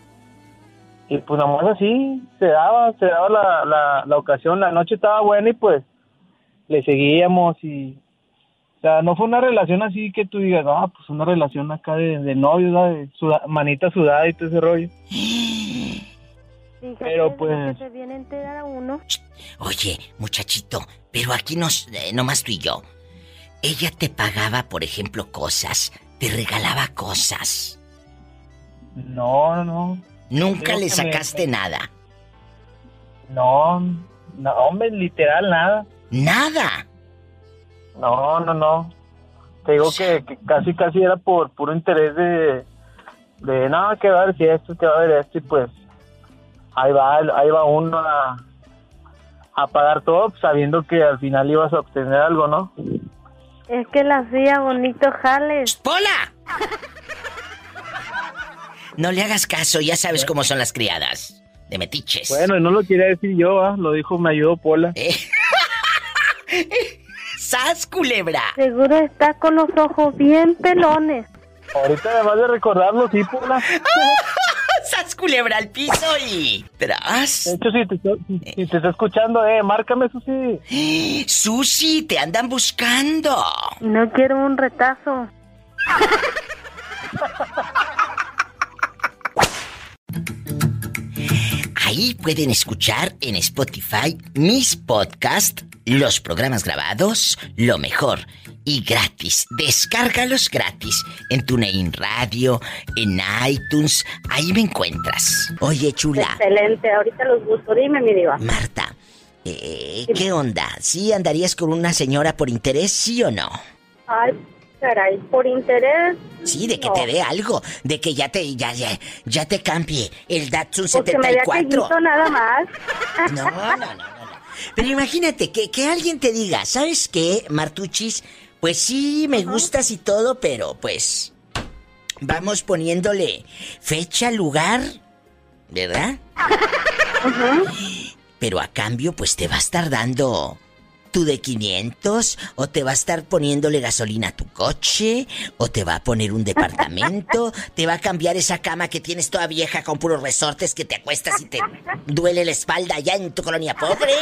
S7: y pues nomás así, se daba, se daba la, la, la ocasión, la noche estaba buena y pues le seguíamos y, o sea, no fue una relación así que tú digas, ah, pues una relación acá de, de novios, ¿verdad? de suda- manita sudada y todo ese rollo.
S5: Fíjate
S7: Pero,
S5: de lo
S7: pues-
S5: que se viene a enterar a uno.
S2: Oye, muchachito, pero aquí nos, eh, nomás tú y yo. Ella te pagaba, por ejemplo, cosas, te regalaba cosas.
S7: No, no, no,
S2: Nunca
S7: Creo
S2: le
S7: que me-
S2: sacaste nada.
S7: no, no, hombre, literal nada.
S2: Nada.
S7: No, no, no. Te digo que, que casi, casi era por puro interés de, de no, que va a haber esto, que va a haber esto, y pues ahí va, ahí va uno a, a pagar todo, pues, sabiendo que al final ibas a obtener algo, ¿no?
S5: Es que la hacía bonito jales.
S2: ¡Pola! No le hagas caso, ya sabes cómo son las criadas. De metiches.
S7: Bueno, y no lo quería decir yo, ¿ah? lo dijo, me ayudó Pola.
S2: Eh, ¡Sas, culebra!
S5: Seguro está con los ojos bien pelones.
S7: Ahorita además de recordarlo, sí, Pola.
S2: (laughs) ¡Sas, culebra al piso y...
S7: De
S2: ¡Tras!
S7: hecho, si te, está- si- si te está escuchando, eh, márcame eso sí.
S2: ¡Susi, te andan buscando!
S5: No quiero un retazo.
S2: Ahí pueden escuchar en Spotify mis podcasts, los programas grabados, lo mejor y gratis. Descárgalos gratis en TuneIn Radio, en iTunes, ahí me encuentras. Oye, chula,
S5: Excelente, ahorita los busco. Dime, mi diva.
S2: Marta, eh, ¿qué onda? ¿Sí andarías con una señora por interés, sí o no?
S5: Ay, caray, por interés.
S2: Sí, de que
S5: no.
S2: te dé algo, de que ya te ya ya, ya te cambie el Datsun
S5: Porque me había
S2: 74.
S5: caído nada más.
S2: (laughs) No, no, no, no. no. Pero imagínate que, que alguien te diga, ¿sabes qué, Martuchis? Pues sí, me gustas y todo, pero pues vamos poniéndole fecha, lugar, ¿verdad? Pero a cambio, pues te va a estar dando tú de 500, o te va a estar poniéndole gasolina a tu coche, o te va a poner un departamento, te va a cambiar esa cama que tienes toda vieja con puros resortes que te acuestas y te duele la espalda ya en tu colonia pobre.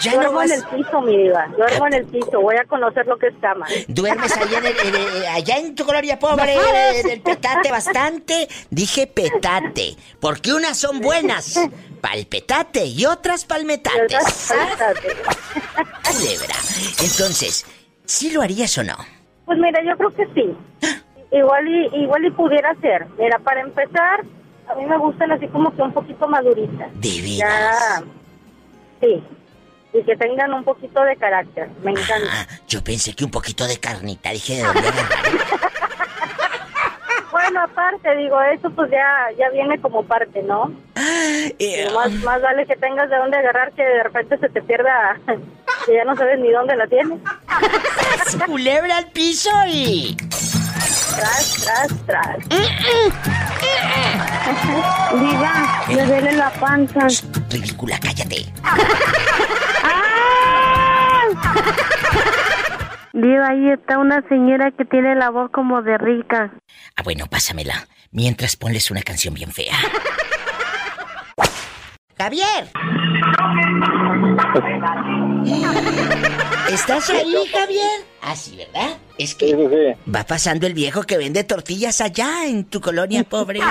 S2: Ya no
S5: Duermo en
S2: vas...
S5: el piso, mi diva. Duermo en el piso. Voy a conocer lo que es cama.
S2: Duermes allá en, el- en el- eh, allá en tu colonia pobre, en el petate bastante. Dije petate, porque unas son buenas pa'l petate y otras pa'l metate. Culebra. Entonces, ¿sí lo harías o no?
S5: Pues mira, yo creo que sí. Igual y, igual y pudiera ser. Mira, para empezar, a mí me gustan así como que un poquito maduritas.
S2: Divinas.
S5: Ya. Sí. Y que tengan un poquito de carácter. Me encanta.
S2: Ah, yo pensé que un poquito de carnita, dije de dónde agarrar.
S5: Bueno, aparte, digo, eso pues ya, ya viene como parte, ¿no?
S2: Eh,
S5: Más, más vale que tengas de dónde agarrar que de repente se te pierda, (laughs) que ya no sabes ni dónde la
S2: (laughs)
S5: tienes.
S2: culebra al piso y...
S5: Tras, tras, tras. Diga, me duele la panza.
S2: Ridícula, cállate.
S5: Diva, ahí está una señora que tiene la voz como de rica.
S2: Ah, bueno, pásamela. Mientras ponles una canción bien fea. Javier. ¿Estás ahí, Javier? Ah, sí, ¿verdad? Es
S9: Sí,
S2: que
S9: sí, sí.
S2: va pasando el viejo que vende tortillas allá en tu colonia, pobre. (laughs)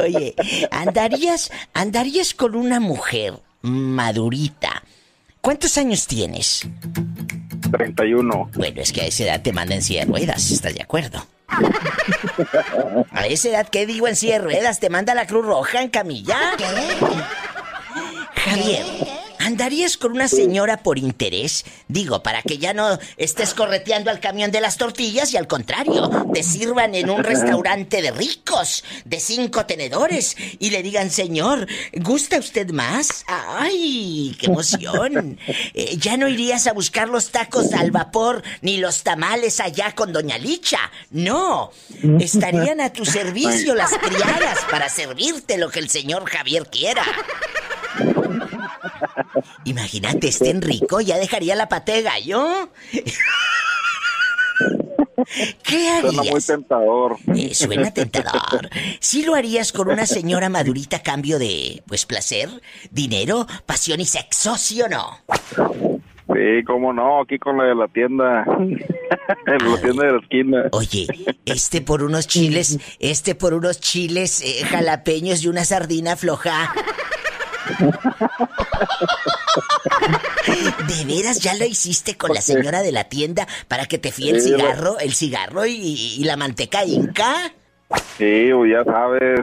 S2: Oye, andarías, andarías con una mujer madurita. ¿Cuántos años tienes?
S10: 31.
S2: Bueno, es que a esa edad te manda en silla de ruedas, ¿estás de acuerdo? A esa edad, ¿qué digo en silla de ruedas? ¿Te manda la Cruz Roja en camilla? Javier, ¿andarías con una señora por interés? Digo, para que ya no estés correteando al camión de las tortillas y al contrario, te sirvan en un restaurante de ricos, de cinco tenedores, y le digan, señor, ¿gusta usted más? ¡Ay, qué emoción! Eh, ya no irías a buscar los tacos al vapor ni los tamales allá con Doña Licha. No, estarían a tu servicio las criadas para servirte lo que el señor Javier quiera. Imagínate, estén rico, ya dejaría la pata de gallo. ¿Qué
S10: Suena muy
S2: harías?
S10: tentador.
S2: Eh, suena tentador. ¿Sí lo harías con una señora madurita a cambio de, pues, placer, dinero, pasión y sexo, sí o no?
S10: (laughs) Sí, cómo no, aquí con la de la tienda. (laughs) la tienda de la esquina.
S2: Oye, este por unos chiles, este por unos chiles eh, jalapeños y una sardina floja. De veras ya lo hiciste con la señora de la tienda para que te fíe el
S10: Sí, la-
S2: cigarro, el cigarro y, y la manteca inca.
S10: Sí, pues ya sabes.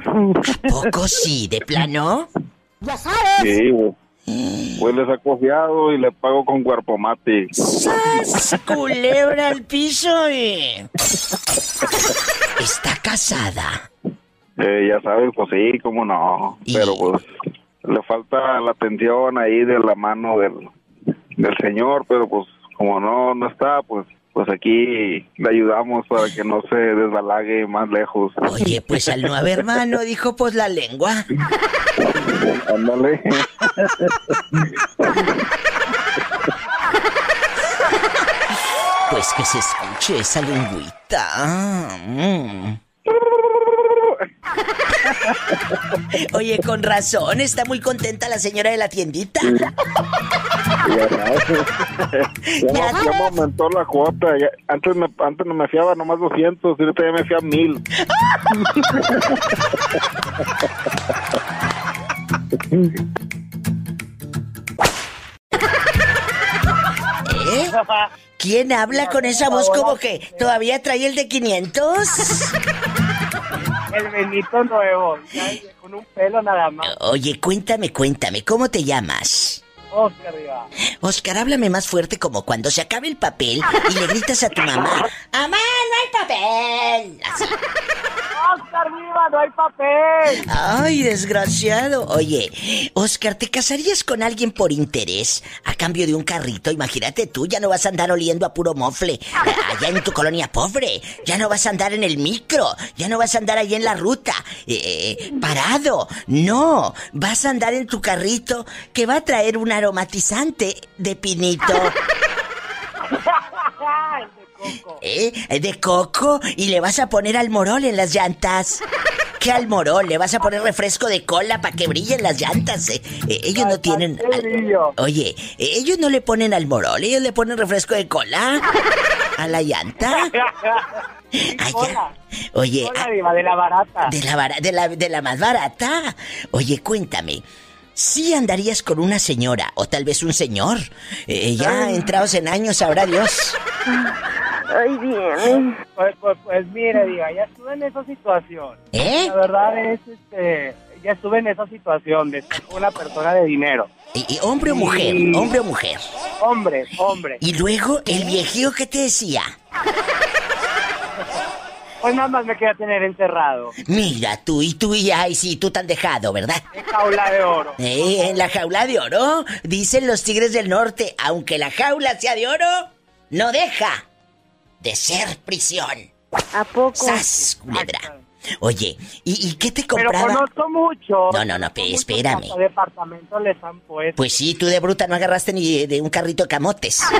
S2: Poco sí, de plano. Mm.
S10: Sí, pues. Pues les ha confiado y le pago con cuerpo mate.
S2: ¡Sas! Culebra al piso. eh. Está casada.
S10: Eh, ya sabes, pues sí, cómo no.
S2: Y-
S10: Pero pues le falta la atención ahí de la mano del, del señor, pero pues como no, no está, pues pues aquí le ayudamos para que no se desbalague más lejos.
S2: Oye, pues al no haber mano, dijo pues la lengua.
S10: Ándale. (laughs)
S2: Pues que se escuche esa lengüita. Ah, mm. Oye, con razón, está muy contenta la señora de la tiendita.
S10: Ya
S2: (laughs)
S10: sabes. Ya,
S2: Ya
S10: ya me aumentó la cuota. ya- antes, me, antes no me fiaba nomás 200, y ahorita ya me fía
S2: (laughs)
S10: 1000.
S2: ¿Eh? ¿Quién habla con esa voz como que todavía trae el de 500?
S9: El Benito nuevo, ya, con un pelo nada más.
S2: Oye, cuéntame, cuéntame, ¿cómo te llamas?
S9: Oscar, arriba.
S2: Oscar, háblame más fuerte como cuando se acabe el papel y le gritas a tu mamá, ¡Mamá, no hay papel! Así.
S9: Oscar, arriba, no hay papel.
S2: Ay, desgraciado. Oye, Oscar, ¿te casarías con alguien por interés a cambio de un carrito? Imagínate tú, ya no vas a andar oliendo a puro mofle eh, allá en tu colonia pobre. Ya no vas a andar en el micro. Ya no vas a andar allí en la ruta. eh, eh, parado. No, vas a andar en tu carrito que va a traer un aromatizante de pinito. ¿Eh? De coco y le vas a poner almorol en las llantas. ¿Qué almorol? Le vas a poner refresco de cola para que brillen las llantas. eh. Eh, ellos no tienen.
S9: qué brillo.
S2: Oye, eh, ellos no le ponen almorol, ellos le ponen refresco de cola a la llanta. Ay, ya. Oye,
S9: Hola, Diva, de la barata.
S2: ah, de la, bara- de la de la más barata. Oye, cuéntame. ¿Sí andarías con una señora o tal vez un señor? Eh, ya entrados en años, sabrá Dios.
S5: Ay, bien.
S9: Pues, pues, pues mire, Diva, ya estuve en esa situación.
S2: ¿Eh?
S9: La verdad es, este, ya estuve en esa situación de ser una persona de dinero.
S2: Y- y hombre o mujer,
S9: Sí.
S2: hombre o mujer.
S9: Hombre, hombre.
S2: Y luego el viejío que te decía.
S11: Pues nada más me queda tener encerrado.
S2: Mira, tú y tú y ay, sí, tú tan dejado, ¿verdad?
S11: En jaula de oro.
S2: Eh, en la jaula de oro, dicen los tigres del norte, aunque la jaula sea de oro, no deja de ser prisión.
S5: ¿A poco?
S2: ¡Sas, culebra! Oye, ¿y, y qué te
S11: Pero
S2: compraba?
S11: conozco mucho.
S2: No, no, no, pe-
S11: Muchos
S2: espérame.
S11: hasta departamentos les han puesto.
S2: Pues sí, tú de bruta no agarraste ni de un carrito de camotes.
S11: (laughs)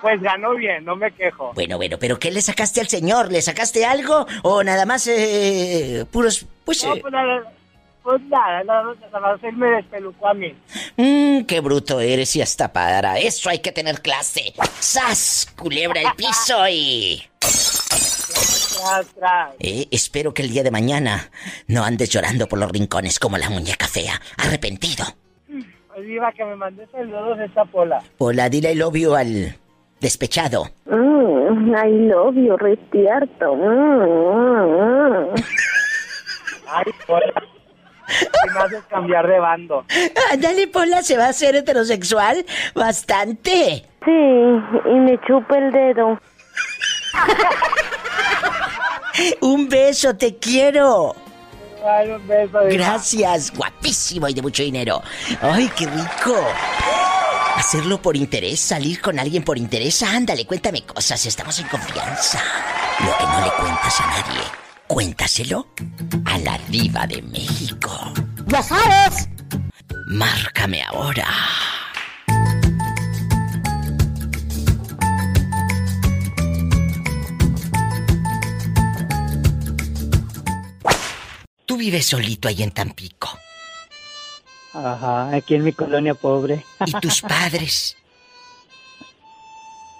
S11: Pues ganó bien, no me quejo.
S2: Bueno, bueno, pero ¿qué le sacaste al señor? ¿Le sacaste algo? ¿O nada más eh, puros... Pues...
S11: No,
S2: eh,
S11: pues nada, pues nada, nada, nada más él me despelucó a mí.
S2: Mmm, qué bruto eres y hasta para eso hay que tener clase. ¡Sas! Culebra el piso y...
S11: Tras, tras.
S2: Eh, espero que el día de mañana no andes llorando por los rincones como la muñeca fea, arrepentido.
S11: Pues iba que me mandé saludos esta pola.
S2: Hola, dile el obvio al despechado.
S5: Mm, I love you, retierto. Mm, mm, mm.
S11: Ay, pues. pola. Y me haces cambiar de bando.
S2: Ándale, Pola, ¿se va a hacer heterosexual? Bastante.
S5: Sí, y me chupa el dedo.
S2: Un beso, te quiero.
S11: Ay, un beso. hija.
S2: Gracias, guapísimo y de mucho dinero. Ay, qué rico. Hacerlo por interés, salir con alguien por interés. Ándale, cuéntame cosas, estamos en confianza. Lo que no le cuentas a (laughs) nadie, cuéntaselo a la diva de México.
S9: ¡Ya sabes!
S2: Márcame ahora. Tú vives solito ahí en Tampico.
S11: Ajá, aquí en mi colonia pobre.
S2: ¿Y tus padres?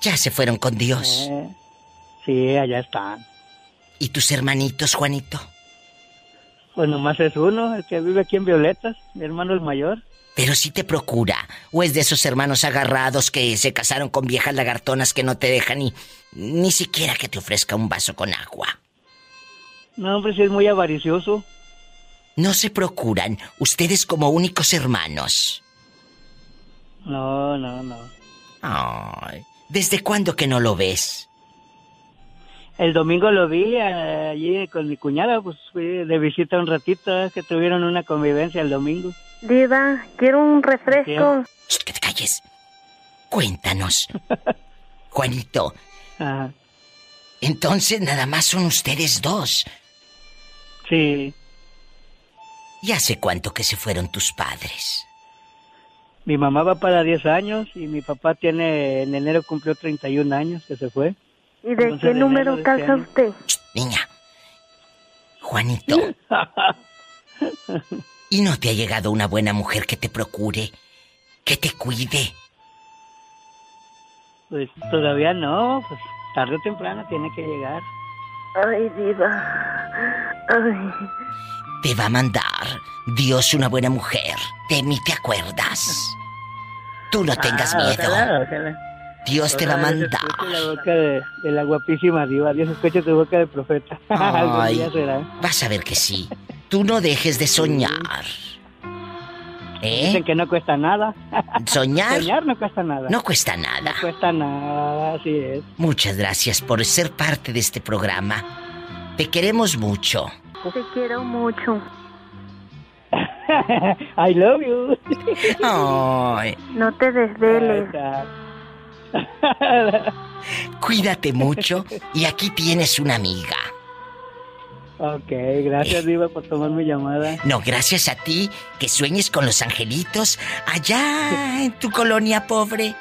S2: Ya se fueron con Dios.
S11: Eh, (laughs) sí, allá están.
S2: ¿Y tus hermanitos, Juanito?
S11: Pues nomás es uno, el que vive aquí en Violetas, mi hermano el mayor.
S2: Pero si te procura, o es de esos hermanos agarrados que se casaron con viejas lagartonas que no te dejan ni, ni siquiera que te ofrezca un vaso con agua.
S11: No, hombre, sí es muy avaricioso.
S2: No se procuran, ustedes como únicos hermanos.
S11: No, no, no.
S2: Ay, ¿desde cuándo que no lo ves?
S11: El domingo lo vi eh, allí con mi cuñada, pues fui de visita un ratito, es que tuvieron una convivencia el domingo.
S5: Diva, quiero un refresco.
S2: Shh, que te calles. Cuéntanos. Juanito,
S11: Ajá.
S2: entonces nada más son ustedes dos.
S11: Sí,
S2: ¿Y hace cuánto que se fueron tus padres?
S11: mi mamá va para 10 años y mi papá tiene, en enero cumplió 31 años que se fue.
S5: ¿Y de
S11: Once
S5: qué
S11: de
S5: número
S11: enero de
S5: calza
S11: este
S5: usted?
S2: Ch, niña. Juanito. ¿Y no te ha llegado una buena mujer que te procure? Que te cuide.
S11: Pues todavía no, pues tarde o temprano tiene que llegar.
S5: (laughs) Ay, Diva. Ay,
S2: Te va a mandar Dios una buena mujer. De mí te acuerdas. Tú no tengas
S11: Ah,
S2: miedo.
S11: ojalá, ojalá.
S2: Dios te va a
S11: Ojalá Dios
S2: mandar.
S11: escuche la boca de, de la guapísima diva. Dios escuche tu boca de profeta. (laughs) Algún
S2: Ay.
S11: día será.
S2: Vas a ver que sí. Tú no dejes de soñar.
S11: Dicen
S2: ¿Eh?
S11: que no cuesta nada.
S2: Soñar
S11: Soñar no cuesta nada.
S2: no cuesta nada.
S11: No cuesta nada, así es.
S2: Muchas gracias por ser parte de este programa. Te queremos mucho.
S5: te quiero mucho.
S11: I love you.
S2: Ay,
S5: No te
S11: Ahí
S5: desveles.
S11: está.
S5: (laughs)
S2: cuídate mucho y aquí tienes una amiga.
S11: ok,
S2: Eh.
S11: gracias diva por tomar mi llamada.
S2: No, gracias a ti que sueñes con los angelitos allá en tu colonia pobre,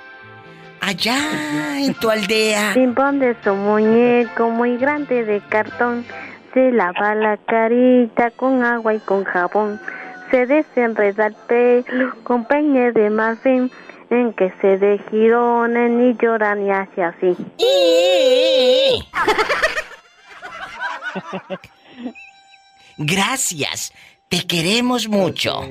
S2: allá en tu aldea.
S5: Pimpón de su muñeco muy grande de cartón. Se lava la carita con agua y con jabón. Se desenreda el pelo con peine de marfil. En que se de girones ni llora ni hace así.
S2: Gracias, te queremos mucho.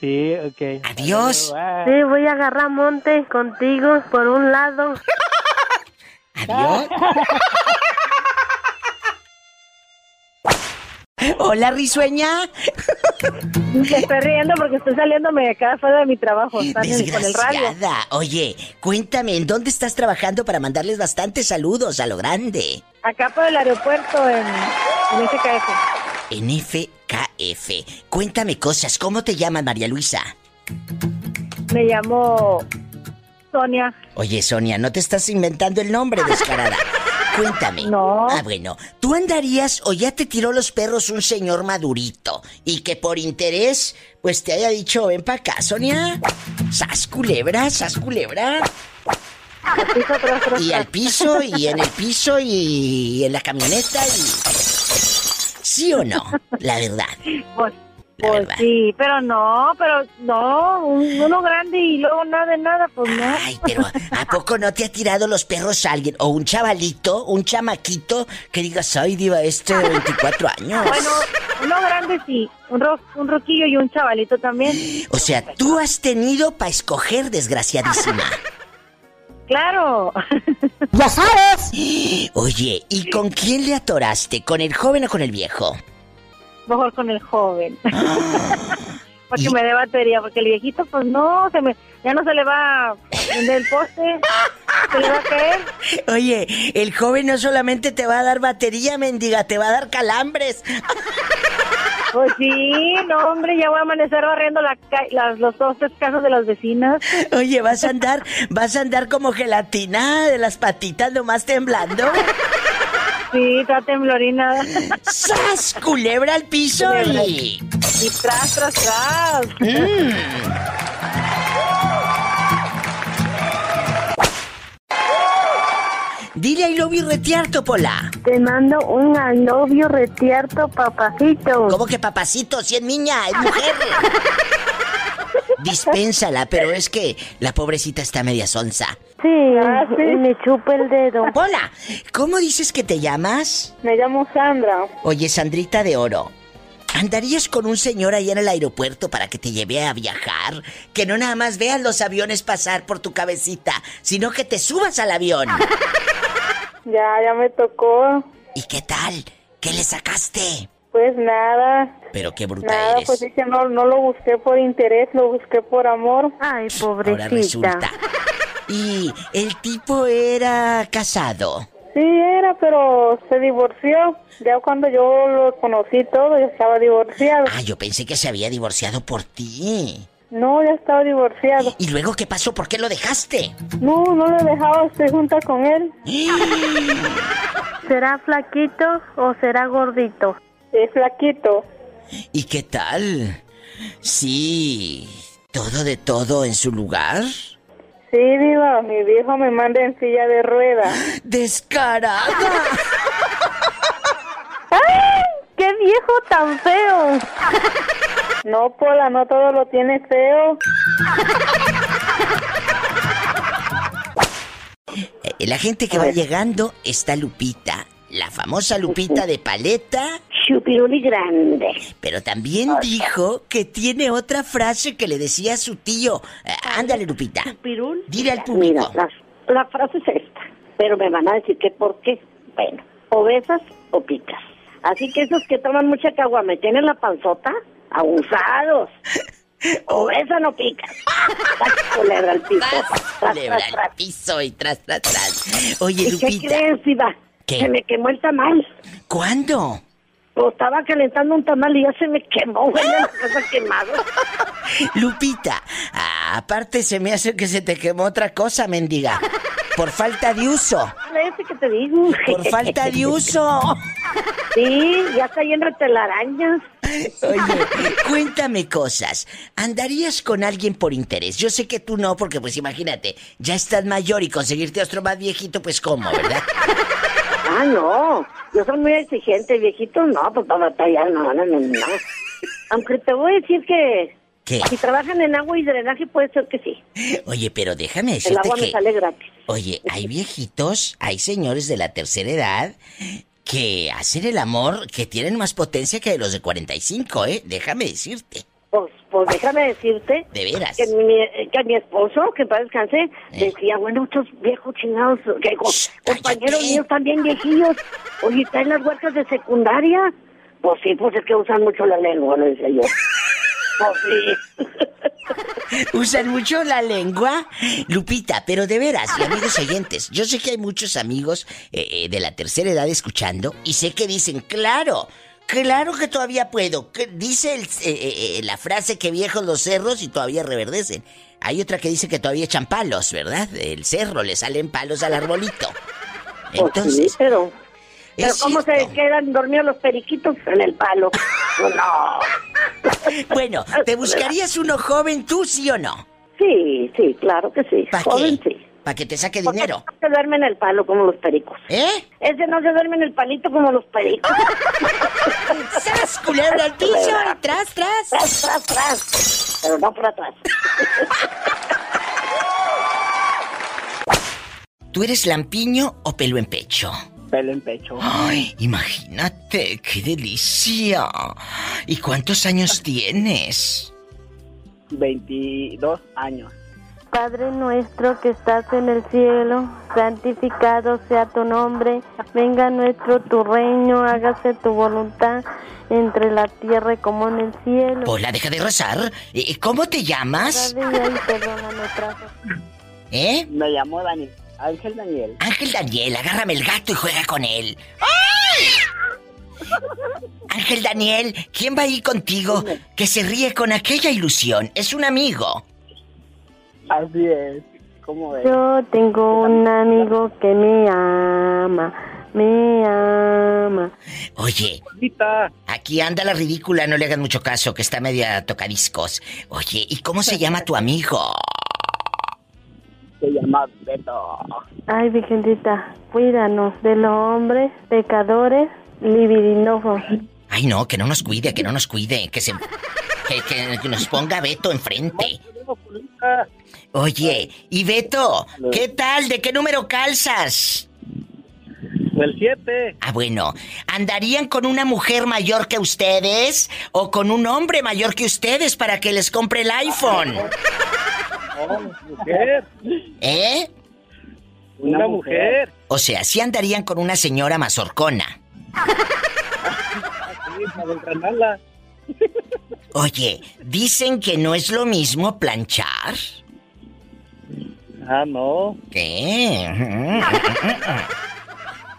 S11: Sí, ok.
S2: Adiós.
S11: Bye.
S5: Sí, voy a agarrar monte contigo por un lado.
S2: Adiós. Hola, risueña.
S9: Me estoy riendo porque estoy saliéndome de acá fuera de mi trabajo. Están en- con el radio.
S2: Desgraciada. Oye, Cuéntame, ¿en dónde estás trabajando para mandarles bastantes saludos a lo grande?
S9: Acá por el aeropuerto en, en SKF.
S2: En FKF. Cuéntame cosas, ¿cómo te llamas María Luisa?
S9: Me llamo Sonia.
S2: Oye, Sonia, no te estás inventando el nombre,
S9: (laughs)
S2: descarada. Cuéntame.
S9: No.
S2: Ah, bueno. ¿Tú andarías o ya te tiró los perros un señor madurito y que por interés, pues te haya dicho, ven para acá, Sonia? ¿Sas culebra? ¿Sas culebra?
S9: Piso tras, tras,
S2: Y al
S9: tras.
S2: piso, y en el piso, y en la camioneta, y... ¿Sí o no? La verdad.
S9: Pues,
S2: La
S9: pues
S2: verdad.
S9: sí, pero no, pero no, un- uno grande y luego nada de nada, pues no.
S2: Ay, pero ¿a poco no te ha tirado los perros alguien? O un chavalito, un chamaquito, que digas, ay, diva, este de 24 años.
S9: (laughs) Bueno, uno grande sí, un, ro un roquillo y un chavalito también.
S2: O sea, tú has tenido para
S9: (laughs)
S2: escoger, desgraciadísima.
S9: Claro. (laughs)
S2: (gasps) Oye, ¿y con quién le atoraste? ¿Con el joven o con el viejo?
S9: Mejor con el joven.
S2: Ah.
S9: (laughs) Porque
S2: Y-
S9: me dé batería, porque el viejito, pues no, se me, ya no se le va a prender el poste, se le va a caer.
S2: (laughs) Oye, el joven no solamente te va a dar batería, mendiga, te va a dar calambres.
S9: Pues sí, no, hombre, ya voy a amanecer barriendo la ca- las, los postes casas de las vecinas.
S2: Oye, vas a andar, vas a andar como gelatinada de las patitas nomás temblando.
S9: Sí, está temblorina.
S2: ¡Sas! Culebra al piso y...
S9: Y tras, tras, tras.
S2: Dile I love you retear, Topola.
S5: Te mando un al novio retierto, papacito.
S2: ¿Cómo que papacito? Si es niña, es
S5: (laughs)
S2: mujer. Dispénsala, pero es que la pobrecita está media sonza.
S5: Sí,
S9: Ah, sí.
S5: y me chupa el dedo.
S2: (laughs) Hola, ¿cómo dices que te llamas?
S9: Me llamo Sandra.
S2: Oye, Sandrita de Oro. ¿Andarías con un señor allá en el aeropuerto para que te lleve a viajar? Que no nada más veas los aviones pasar por tu cabecita, sino que te subas al avión.
S9: Ya, ya me tocó.
S2: ¿Y qué tal? ¿Qué le sacaste?
S9: Pues nada,
S2: Pero qué bruta
S9: nada,
S2: eres.
S9: pues dije, no, no lo busqué por interés, lo busqué por amor.
S5: Ay,
S2: Ahora
S5: pobrecita.
S2: resulta. Y el tipo era casado.
S9: Sí, era, pero se divorció. Ya cuando yo lo conocí todo, ya estaba divorciado.
S2: Ah, yo pensé que se había divorciado por ti.
S9: No, ya estaba divorciado.
S2: ¿Y luego qué pasó? ¿Por qué lo dejaste?
S9: No, no lo dejaba, estoy junta con él.
S5: ¿Será flaquito o será gordito?
S9: Es flaquito.
S2: ¿Y qué tal? Sí. ¿Todo de todo en su lugar?
S9: Sí, diva, mi viejo me manda en silla de rueda.
S2: (gasps)
S9: (laughs)
S2: ¡Descarada!
S5: ¡Qué viejo tan
S2: (laughs)
S5: feo!
S9: No, Pola, no todo lo tiene feo.
S2: Eh, La gente que va llegando está Lupita. La famosa Lupita de paleta.
S9: Chupiruli grande.
S2: Pero también dijo que tiene otra frase que le decía su tío. Eh, ándale, Lupita.
S9: Chupirul.
S2: Dile al público.
S9: la, la frase es esta, pero me van a decir que por qué. Bueno, o besas o picas. Así que esos que toman mucha caguama y tienen la panzota,
S2: (laughs)
S9: abusados. O besan o pican. Tras, culebra al piso. Tras, tras,
S2: Culebra al
S9: tras.
S2: piso y tras, tras, tras. Oye,
S9: ¿Y qué
S2: Lupita,
S9: crees, Iba?
S2: ¿Qué?
S9: Se me quemó el tamal.
S2: ¿cuándo?
S9: Lo estaba calentando un tamal y ya se me quemó, güey, ya la casa
S2: (laughs)
S9: quemado.
S2: Lupita, ah, aparte se me hace que se te quemó otra cosa, mendiga. Por falta de uso.
S9: Ese que te digo.
S2: Por falta de uso.
S9: Sí, ya caí entre telarañas.
S2: Oye, cuéntame cosas. ¿Andarías con alguien por interés? Yo sé que tú no, porque pues imagínate, ya estás mayor y conseguirte otro más viejito, pues cómo, ¿verdad?
S9: Ah, no. Yo soy muy exigente, viejito. No, pues para batallar, no, no, no, no. Aunque te voy a decir que
S2: ¿Qué?
S9: si trabajan en agua y drenaje, puede ser que sí.
S2: Oye, pero déjame
S9: El
S2: decirte
S9: agua
S2: que...
S9: me sale gratis.
S2: Oye, hay viejitos, hay señores de la tercera edad que hacen el amor que tienen más potencia que los de 45, ¿eh? Déjame decirte,
S9: Pues, pues déjame decirte
S2: de veras.
S9: que mi, que mi esposo, que para descansé,
S2: Eh.
S9: decía, bueno, estos viejos chingados, que co-
S2: Shh,
S9: compañeros
S2: cállate.
S9: míos también viejillos. Oye, ¿está
S2: (laughs)
S9: en las huertas de secundaria? Pues sí, pues es que usan mucho la lengua, le decía yo.
S2: Usan mucho la lengua, Lupita, pero de veras, y amigos oyentes, yo sé que hay muchos amigos eh, eh, de la tercera edad escuchando y sé que dicen, claro, claro que todavía puedo. que- dice el- eh, eh, eh, la frase que viejos los cerros y todavía reverdecen. Hay otra que dice que todavía echan palos, ¿verdad? El cerro le salen palos al arbolito. Entonces,
S9: pues pero, pero
S2: es
S9: ¿cómo se quedan dormidos los periquitos en el palo?
S2: No. (laughs) bueno, ¿te buscarías uno joven tú, sí o no?
S9: Sí, sí, claro que sí. Joven, sí.
S2: Para que te saque
S9: Porque
S2: dinero.
S9: no se duerme en el palo como los pericos.
S2: ¿Eh?
S9: Ese no se duerme en el palito como los
S2: (laughs)
S9: pericos.
S2: ¡Sas, culebra al piso y tras, tras!
S9: ¡Tras, tras, tras! Pero no por atrás.
S2: ¿Tú eres lampiño o pelo en pecho?
S11: Pelo en pecho.
S2: Ay, (gasps) imagínate, qué delicia. ¿Y cuántos años tienes?
S11: 22 años.
S5: Padre nuestro que estás en el cielo, santificado sea tu nombre, venga nuestro tu reino, hágase tu voluntad entre la tierra como en el cielo.
S2: Hola, deja de rezar. ¿Y ¿Cómo te llamas?
S5: Cada día y perdona nuestras
S2: ¿Eh?
S11: Me llamo Daniel. Ángel Daniel.
S2: Ángel Daniel, agárrame el gato y juega con él. (laughs) Ángel Daniel, ¿quién va ahí contigo que se ríe con aquella ilusión? Es un amigo.
S11: Así es. ¿Cómo ves?
S5: Yo tengo un amigo que me ama, me ama.
S2: Oye, aquí anda la ridícula, no le hagan mucho caso, que está media tocadiscos. Oye, ¿y cómo se llama tu amigo?
S11: Se llama Beto.
S5: Ay, Virgencita, cuídanos de los hombres pecadores libidinosos.
S2: Ay, no, que no nos cuide, que no nos cuide, que se... Que, que nos ponga Beto enfrente. Oye, y Beto, ¿qué tal? ¿De qué número calzas?
S11: Del 7.
S2: Ah, bueno. ¿Andarían con una mujer mayor que ustedes o con un hombre mayor que ustedes para que les compre el iPhone?
S11: mujer.
S2: ¿Eh?
S11: Una mujer.
S2: O sea, sí andarían con una señora mazorcona.
S11: Sí, para entrenarla.
S2: Oye, dicen que no es lo mismo planchar.
S11: Ah, no.
S2: ¿Qué? (laughs)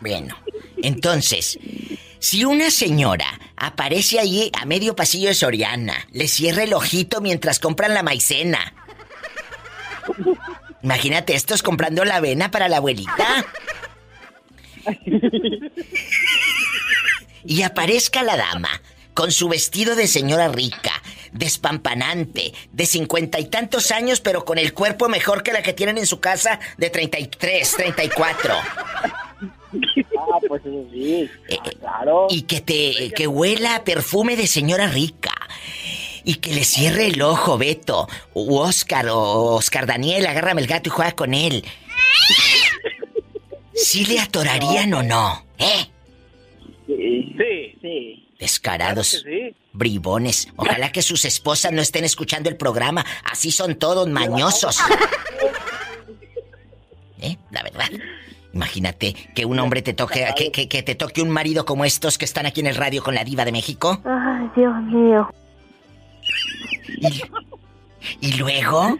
S2: Bueno, entonces, si una señora aparece allí a medio pasillo de Soriana, le cierra el ojito mientras compran la maicena. Imagínate estos comprando la avena para la abuelita. Y aparezca la dama con su vestido de señora rica, despampanante, de cincuenta y tantos años, pero con el cuerpo mejor que la que tienen en su casa de 33, 34.
S11: Ah, pues eso sí.
S2: Eh, Y que te que huela a perfume de señora rica. Y que le cierre el ojo, Beto. O Oscar, o Oscar Daniel, agárrame el gato y juega con él. ¿Sí le atorarían o no? ¿Eh?
S11: Sí. Sí. Sí.
S2: Descarados.
S11: Claro que sí.
S2: Bribones. Ojalá que sus esposas no estén escuchando el programa. Así son todos mañosos. ¿Eh? La verdad. Imagínate que un hombre te toque, que, que- que te toque un marido como estos que están aquí en el radio con la diva de México.
S5: Ay, Dios mío.
S2: Y luego.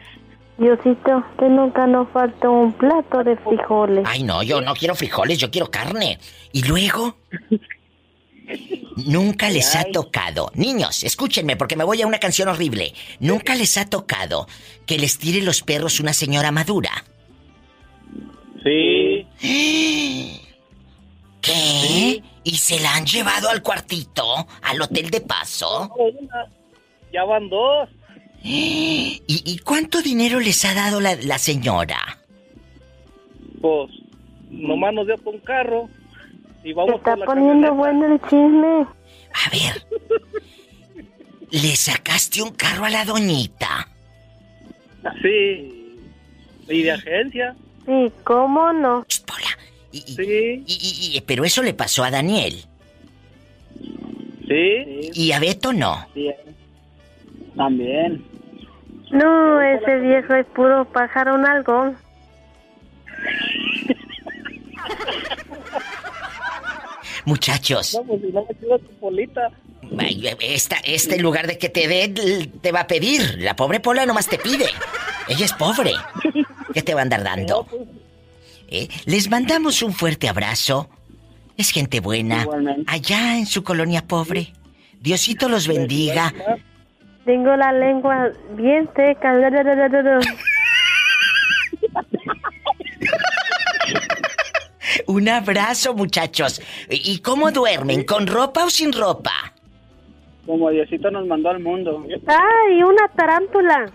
S5: Diosito, que nunca nos falta un plato de frijoles.
S2: Ay, no, yo no quiero frijoles, yo quiero carne. Y luego. Nunca les ha tocado. Niños, escúchenme porque me voy a una canción horrible. Nunca les ha tocado que les tire los perros una señora madura.
S4: Sí.
S2: ¿Qué? ¿Eh? ¿Y se la han llevado al cuartito? ¿Al hotel de paso?
S11: Ya van dos.
S2: ¿Y, y cuánto dinero les ha dado la, la señora?
S11: Pues nomás nos dio por un carro. Y
S5: Se
S11: vamos
S5: está
S11: por la
S5: poniendo bueno el chisme.
S2: A ver. ¿Le sacaste un carro a la doñita?
S11: camioneta. Sí. Y de agencia.
S5: Sí, ¿cómo no?
S11: Sí.
S2: Y- y- pero eso le pasó a Daniel.
S11: Sí.
S2: ¿Y a Beto no?
S11: También.
S5: No, ese viejo es puro pájaro un algón.
S2: Muchachos,
S11: pues Vamos, y no me quiero tu polita.
S2: Ay, Esta, este en lugar de que te dé, te va a pedir. La pobre Pola nomás te pide. Ella es pobre. ¿Qué te va a andar dando? ¿Eh? Les mandamos un fuerte abrazo. Es gente buena. Allá en su colonia pobre. Diosito los bendiga.
S5: Tengo la lengua bien seca.
S2: Un abrazo, muchachos. ¿Y y cómo duermen? ¿Con ropa o sin ropa?
S12: Como Diosito nos mandó al mundo.
S2: Ah.
S7: (laughs)
S5: ¡Ay, una tarántula!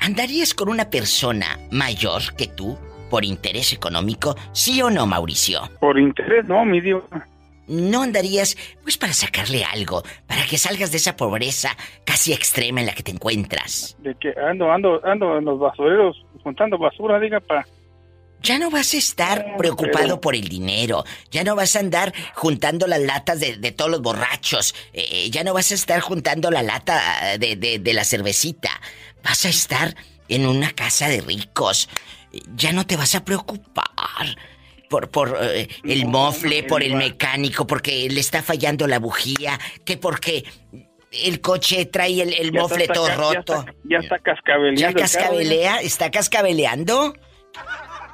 S2: ¿Andarías con una persona mayor que tú por interés económico? ¿Sí o no, Mauricio?
S1: Por interés, no, mi dios.
S2: No andarías, pues, para sacarle algo, para que salgas de esa pobreza casi extrema en la que te encuentras.
S1: De que ando, ando, ando en los basureros juntando basura, diga, para...
S2: Ya no vas a estar preocupado por el dinero, ya no vas a andar juntando las latas de, de todos los borrachos, eh, ya no vas a estar juntando la lata eh, de, de- de la cervecita, vas a estar en una casa de ricos, ya no te vas a preocupar por, por eh, el mofle, por el mecánico, porque le está fallando la bujía, que porque el coche trae el, el
S1: Ya
S2: mofle
S1: está
S2: todo
S1: ca- ya
S2: roto.
S1: está- Ya está cascabeleando.
S2: ¿Ya
S1: el carro,
S2: cascabelea? ¿Está cascabeleando?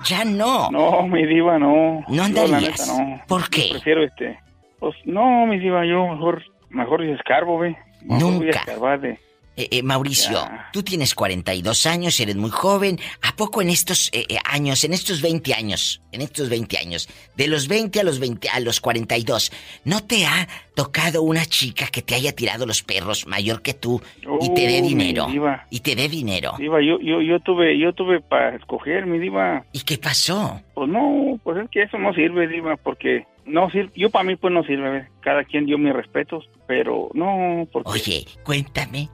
S2: Ya no.
S1: No, mi diva, no.
S2: No
S1: Yo, la
S2: andarías.
S1: neta, no.
S2: ¿Por qué?
S1: Yo prefiero este. Pues no, mi diva, yo mejor, mejor yo escarbo, ve. Mejor voy a
S2: Nunca.
S1: escarbar de-
S2: Eh, eh, Mauricio, tú tienes 42 años, eres muy joven. ¿A poco en estos eh, eh, años, en estos 20 años, en estos 20 años, de los 20 a los 20 a los 42, no te ha tocado una chica que te haya tirado los perros mayor que tú y te dé
S1: Oh, mi
S2: dinero?
S1: diva.
S2: Y te dé dinero.
S1: Diva, yo, yo, yo tuve, yo tuve para escoger, mi diva.
S2: ¿Y qué pasó?
S1: Pues no, pues es que eso no sirve, diva, porque no sirve. Yo para mí pues no sirve, ve. Cada quien dio mis respetos, pero no, porque.
S2: Oye, cuéntame.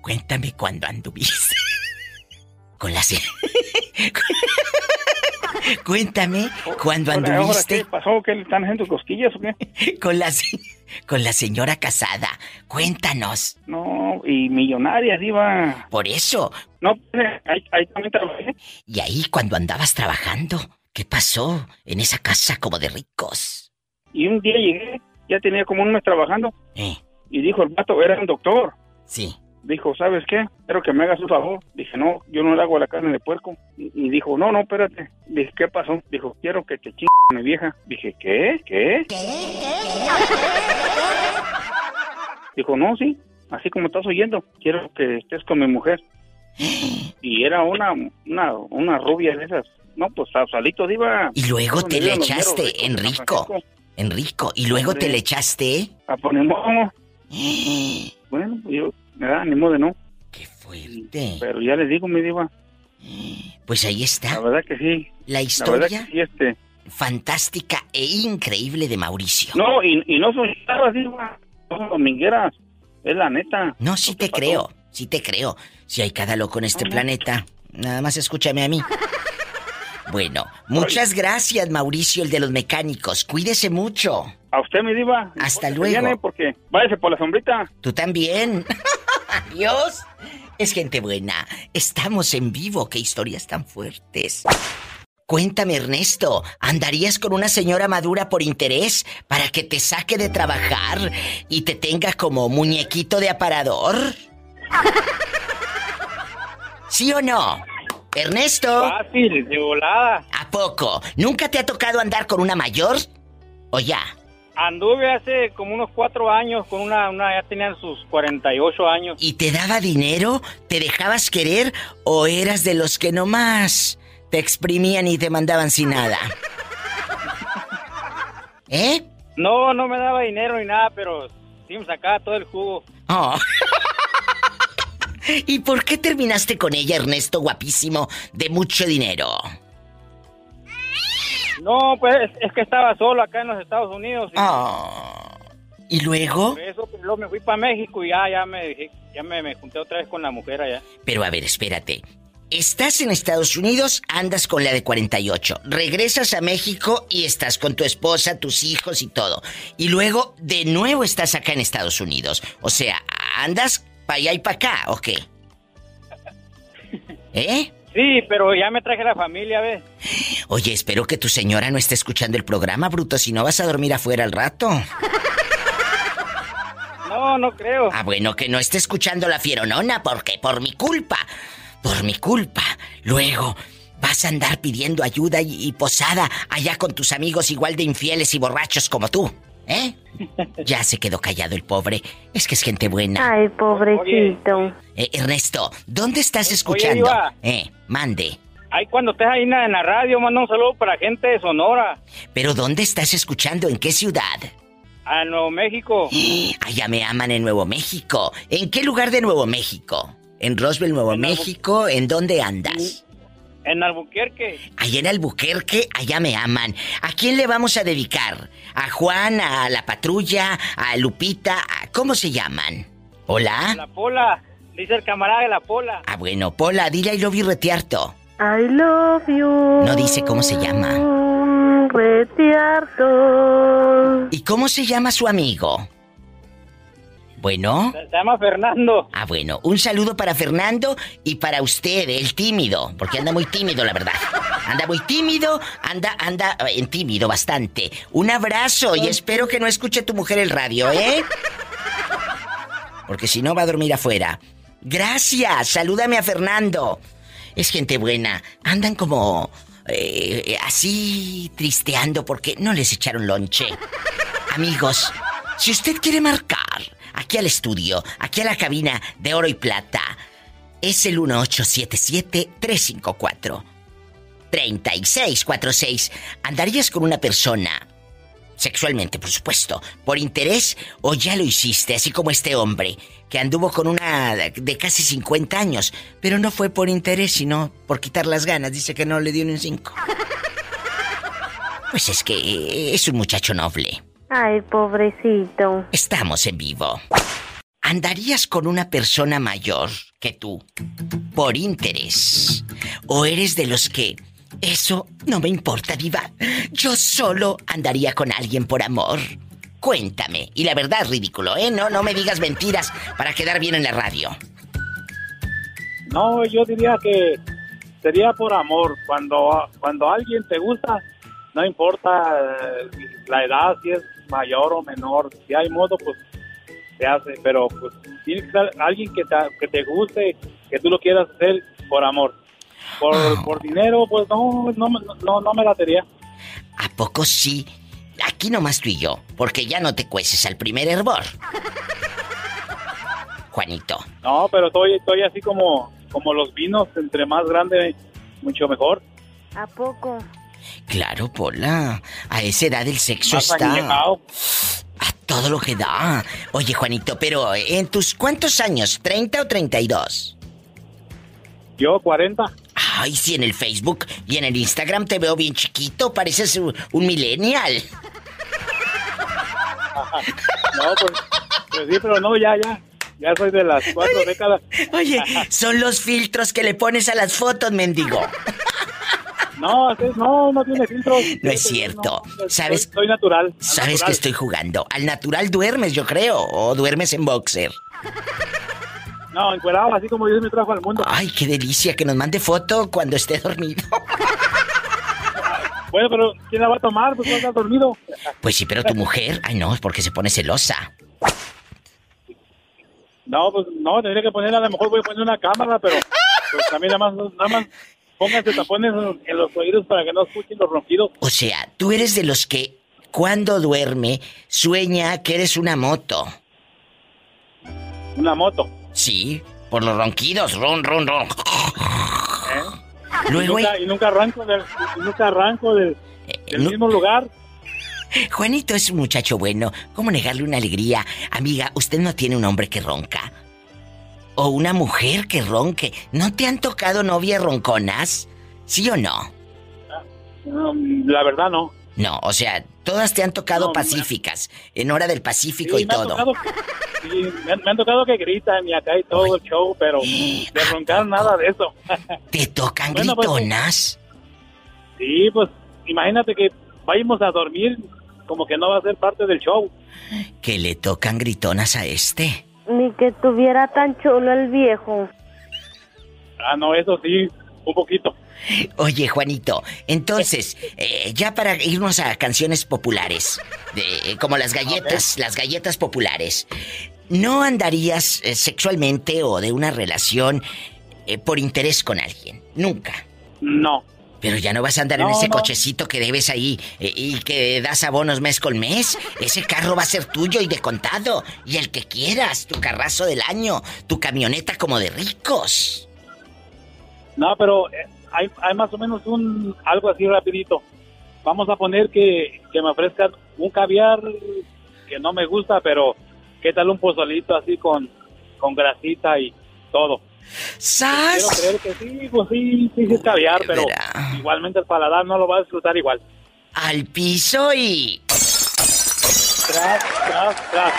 S2: Cuéntame cuándo anduviste. Con la se- Cuéntame cuándo
S1: Ahora, ahora,
S2: anduviste
S1: ¿Qué pasó? ¿Qué le están haciendo cosquillas o qué?
S2: con la se- con la señora casada. Cuéntanos.
S1: No, y millonarias, diva.
S2: Por eso.
S1: No, pues, ahí, ahí también ¿eh? trabajé.
S2: Y ahí cuando andabas trabajando, ¿qué pasó en esa casa como de ricos?
S1: Y un día llegué, ya tenía como un mes trabajando,
S2: Eh,
S1: y dijo el vato, era un doctor.
S2: sí.
S1: Dijo, ¿sabes qué? Quiero que me hagas un favor. Dije, no, yo no le hago la carne de puerco. Y, y dijo, no, no, espérate. Dije, ¿qué pasó? Dijo, quiero que te chingue mi vieja. Dije, ¿qué? ¿Qué? Dijo, no, sí, así como estás oyendo, quiero que estés con mi mujer. Y era una, una, una rubia de esas. No, pues a salito diva.
S2: Y luego te le
S1: Diva, los mero
S2: echaste,
S1: ricos de San
S2: Enrico.
S1: Francisco.
S2: Enrico, y luego te
S1: Hombre.
S2: le echaste.
S1: A poner Ah, pues, modo.
S2: Eh,
S1: Bueno, pues yo, nada, ni modo de no.
S2: ¡Qué fuerte!
S1: Pero ya les digo, mi diva,
S2: Pues ahí
S1: la
S2: está.
S1: verdad que sí.
S2: La
S1: La verdad
S2: historia
S1: que sí, este.
S2: fantástica e increíble de Mauricio. No,
S1: No, y, y no son charras, diva. No son domingueras. Es la neta.
S2: sí
S1: Lo que
S2: te
S1: pasó.
S2: creo, sí te creo. Si hay cada loco en este planeta, nada más escúchame a mí. Bueno, muchas gracias Mauricio, el de los mecánicos. Cuídese mucho.
S1: A usted, mi diva.
S2: Hasta
S1: Que
S2: luego.
S1: viene porque váyase por la sombrita. (laughs)
S2: Tú también. (laughs) Adiós. Es gente buena. Estamos en vivo. Qué historias tan fuertes. Cuéntame, Ernesto, ¿andarías con una señora madura por interés para que te saque de trabajar y te tenga como muñequito de
S1: (laughs)
S2: aparador? ¿Sí o no? Ernesto,
S1: Fácil, de volada.
S2: ¿a poco? ¿Nunca te ha tocado andar con una mayor? ¿O ya?
S12: Anduve hace como unos cuatro años con una, una ya tenían sus 48 años.
S2: ¿Y te daba dinero? ¿Te dejabas querer? ¿O eras de los que nomás te exprimían y te mandaban sin nada? ¿Eh?
S12: No, no me daba dinero ni nada, pero sí me sacaba todo el jugo.
S2: Oh. (laughs) ¿Y por qué terminaste con ella, Ernesto, guapísimo, de mucho dinero?
S12: No, pues es, es que estaba solo acá en los Estados Unidos. Y
S2: Oh. ¿Y luego?
S12: Por eso pues, luego me fui para México y ya, ya, me, dejé- ya me, me junté otra vez con la mujer allá.
S2: Pero a ver, espérate. Estás en Estados Unidos, andas con la de 48. Regresas a México y estás con tu esposa, tus hijos y todo. Y luego, de nuevo, estás acá en Estados Unidos. O sea, andas para allá y para acá, ¿o qué? ¿Eh?
S12: Sí, pero ya me traje la familia, ¿ves?
S2: Oye, espero que tu señora no esté escuchando el programa, Bruto, si no vas a dormir afuera al rato.
S4: No, no creo.
S2: Ah, bueno, que no esté escuchando la fieronona, porque por mi culpa, por mi culpa, luego vas a andar pidiendo ayuda y, y posada allá con tus amigos igual de infieles y borrachos como tú,
S4: (laughs)
S2: ¿eh? Ya se quedó callado el pobre. Es que es gente buena.
S5: Ay, pobrecito.
S2: Eh, Ernesto, ¿dónde estás escuchando?
S4: Diva.
S2: eh, mande.
S4: Ahí cuando estés ahí en la en la radio, manda un saludo para gente de Sonora,
S2: ¿Pero dónde estás escuchando? ¿En qué ciudad?
S4: a Nuevo México.
S2: Allá me aman en Nuevo México. ¿En qué lugar de Nuevo México? ¿En Roswell, Nuevo México? ¿En dónde andas?
S4: En Albuquerque.
S2: Allá en Albuquerque, allá me aman. ¿A quién le vamos a dedicar? ¿A Juan, a la patrulla, a Lupita? ¿A- ¿Cómo se llaman? ¿Hola?
S4: La Pola. Dice el camarada de la Pola.
S2: Ah, bueno, Pola, dile I love you retiarto.
S5: I love you.
S2: No dice cómo se llama.
S5: Retiarto.
S2: ¿Y cómo se llama su amigo? Bueno.
S4: Se llama Fernando.
S2: Ah, bueno, un saludo para Fernando y para usted, el tímido, porque anda muy tímido, la verdad. Anda muy tímido, anda, anda eh, en tímido bastante. Un abrazo y espero que no escuche tu mujer el radio, ¿eh? Porque si no va a dormir afuera. Gracias, salúdame a Fernando. Es gente buena, andan como eh, eh, así tristeando porque no les echaron lonche. Amigos, si usted quiere marcar aquí al estudio, aquí a la cabina de oro y plata, es el 1877-354-3646. ¿Andarías con una persona? Sexualmente, por supuesto. ¿Por interés o ya lo hiciste, así como este hombre, que anduvo con una de casi 50 años, pero no fue por interés, sino por quitar las ganas? Dice que no le dio ni un 5. Pues es que eh, es un muchacho noble.
S5: Ay, pobrecito.
S2: Estamos en vivo. ¿Andarías con una persona mayor que tú por interés? ¿O eres de los que... Eso no me importa, diva. Yo solo andaría con alguien por amor. Cuéntame. Y la verdad, ridículo, ¿eh? No, no me digas mentiras para quedar bien en la radio.
S4: No, yo diría que sería por amor. Cuando, cuando alguien te gusta, no importa eh, la edad, si es mayor o menor, si hay modo, pues se hace. Pero pues tiene que ser alguien que te, que te guste, que tú lo quieras hacer por amor. Por,
S2: Ah.
S4: por dinero, pues no, no, me- no, no me la daría.
S2: ¿A poco sí? Aquí nomás tú y yo, porque ya no te cueces al primer hervor. Juanito.
S4: No, pero estoy, estoy así como, como los vinos, entre más grande, mucho mejor.
S5: ¿A poco?
S2: Claro, Pola. A esa edad el sexo
S4: Más
S2: está
S4: añejado.
S2: a todo lo que da. Oye, Juanito, pero eh, ¿en tus cuántos años? ¿30 o 32?
S4: Yo, 40.
S2: Ay, si en el Facebook y en el Instagram te veo bien chiquito, pareces un, un millennial.
S4: No, pues, pues sí, pero no, ya, ya. Ya soy de las cuatro décadas. (laughs)
S2: Oye, son los filtros que le pones a las fotos, mendigo.
S4: No, así es, no, no tiene filtros.
S2: No es cierto.
S4: No, pues,
S2: ¿Sabes?
S4: Soy, soy natural. al
S2: Sabes
S4: natural.
S2: que estoy jugando. Al natural duermes, yo creo, o duermes en boxer.
S4: No, encuerado, así como Dios me trajo al mundo.
S2: Ay, qué delicia que nos mande foto cuando esté dormido.
S4: Bueno, pero ¿quién la va a tomar? Pues no estás dormido.
S2: Pues sí, pero tu mujer, ay no, es porque se pone celosa.
S4: No, pues no, tendría que poner, a lo mejor voy a poner una cámara, pero pues también nada más, nada más pónganse tapones en- en los oídos para que no escuchen los ronquidos.
S2: O sea, tú eres de los que cuando duerme sueña que eres una moto.
S4: Una moto.
S2: Sí, por los ronquidos, ron, ron, ron.
S4: ¿eh?
S2: Luego,
S4: y, nunca, y nunca arranco del, y nunca arranco del,
S2: eh,
S4: del
S2: no-
S4: mismo lugar.
S2: (laughs) Juanito es un muchacho bueno. ¿Cómo negarle una alegría? Amiga, usted no tiene un hombre que ronca. O una mujer que ronque. ¿No te han tocado novias ronconas? ¿Sí o no?
S4: Um, la verdad, no.
S2: No, o sea, todas te han tocado
S4: No,
S2: pacíficas, en hora del Pacífico
S4: Sí,
S2: y
S4: me han
S2: todo.
S4: tocado- sí, me, han- me han tocado que gritan y acá y todo el show, pero de roncar nada de eso. (laughs)
S2: ¿Te tocan
S4: Bueno, pues,
S2: gritonas?
S4: Sí, pues imagínate que vayamos a dormir como que no va a ser parte del show.
S2: ¿Que le tocan gritonas a este?
S5: Ni que tuviera tan chulo el viejo.
S4: Ah, no, eso sí. un poquito.
S2: Oye, Juanito, entonces, eh, ya para irnos a canciones populares, de- como las galletas, las galletas populares, ¿no andarías eh, sexualmente o de una relación eh, por interés con alguien? Nunca.
S4: No.
S2: Pero ya no vas a andar en
S4: No,
S2: ese
S4: no.
S2: cochecito que debes ahí eh, y que das abonos mes con mes. Ese carro va a ser tuyo y de contado. Y el que quieras, tu carrazo del año, tu camioneta como de ricos.
S4: No, pero eh, hay, hay más o menos un algo así rapidito. Vamos a poner que, que me ofrezcan un caviar que no me gusta, pero ¿qué tal un pozolito así con, con grasita y todo?
S2: ¡Sas!
S4: Quiero creer que sí, pues sí, sí, sí es caviar, pero igualmente el paladar no lo va a disfrutar igual.
S2: Al piso y...
S4: Tras, tras, tras.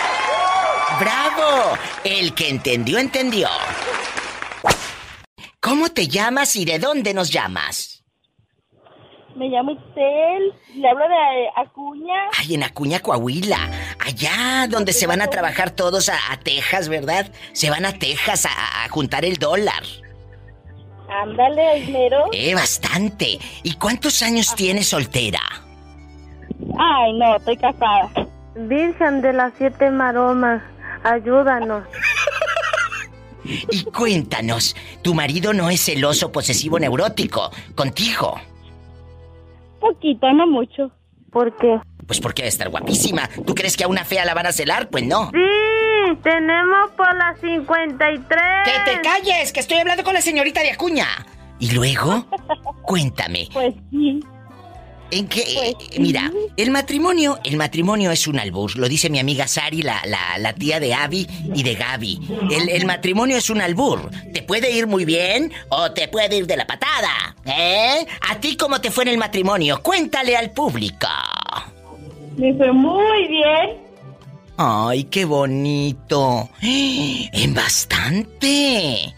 S2: ¡Bravo! El que entendió, entendió. ¿Cómo te llamas y de dónde nos llamas?
S13: Me llamo Itzel, le hablo de eh, Acuña.
S2: Ay, en Acuña, Coahuila. Allá donde se van a trabajar todos a, a Texas, ¿verdad? Se van a Texas a- a- a juntar el dólar.
S13: Ándale, Aismero.
S2: Eh, bastante. ¿Y cuántos años tienes soltera?
S13: Ay, no, estoy casada.
S5: Virgen de las siete maromas, ayúdanos.
S2: Y cuéntanos, tu marido no es celoso, posesivo, neurótico. Contigo.
S13: Poquito, no mucho.
S5: ¿Por qué?
S2: Pues porque debe estar guapísima. ¿Tú crees que a una fea la van a celar? Pues no.
S5: Sí, tenemos por la 53.
S2: ¡Que te calles! ¡Que estoy hablando con la señorita de Acuña! Y luego, cuéntame.
S13: Pues sí. Pues
S2: ¿En qué? Eh, Mira, el matrimonio, el matrimonio es un albur, lo dice mi amiga Sari, la, la, la tía de Abby y de Gaby. El, el matrimonio es un albur. Te puede ir muy bien o te puede ir de la patada. ¿Eh? ¿A ti cómo te fue en el matrimonio? Cuéntale al público.
S13: Me fue muy
S2: (gasps)
S13: bien.
S2: Ay, qué bonito. En bastante. ¿Y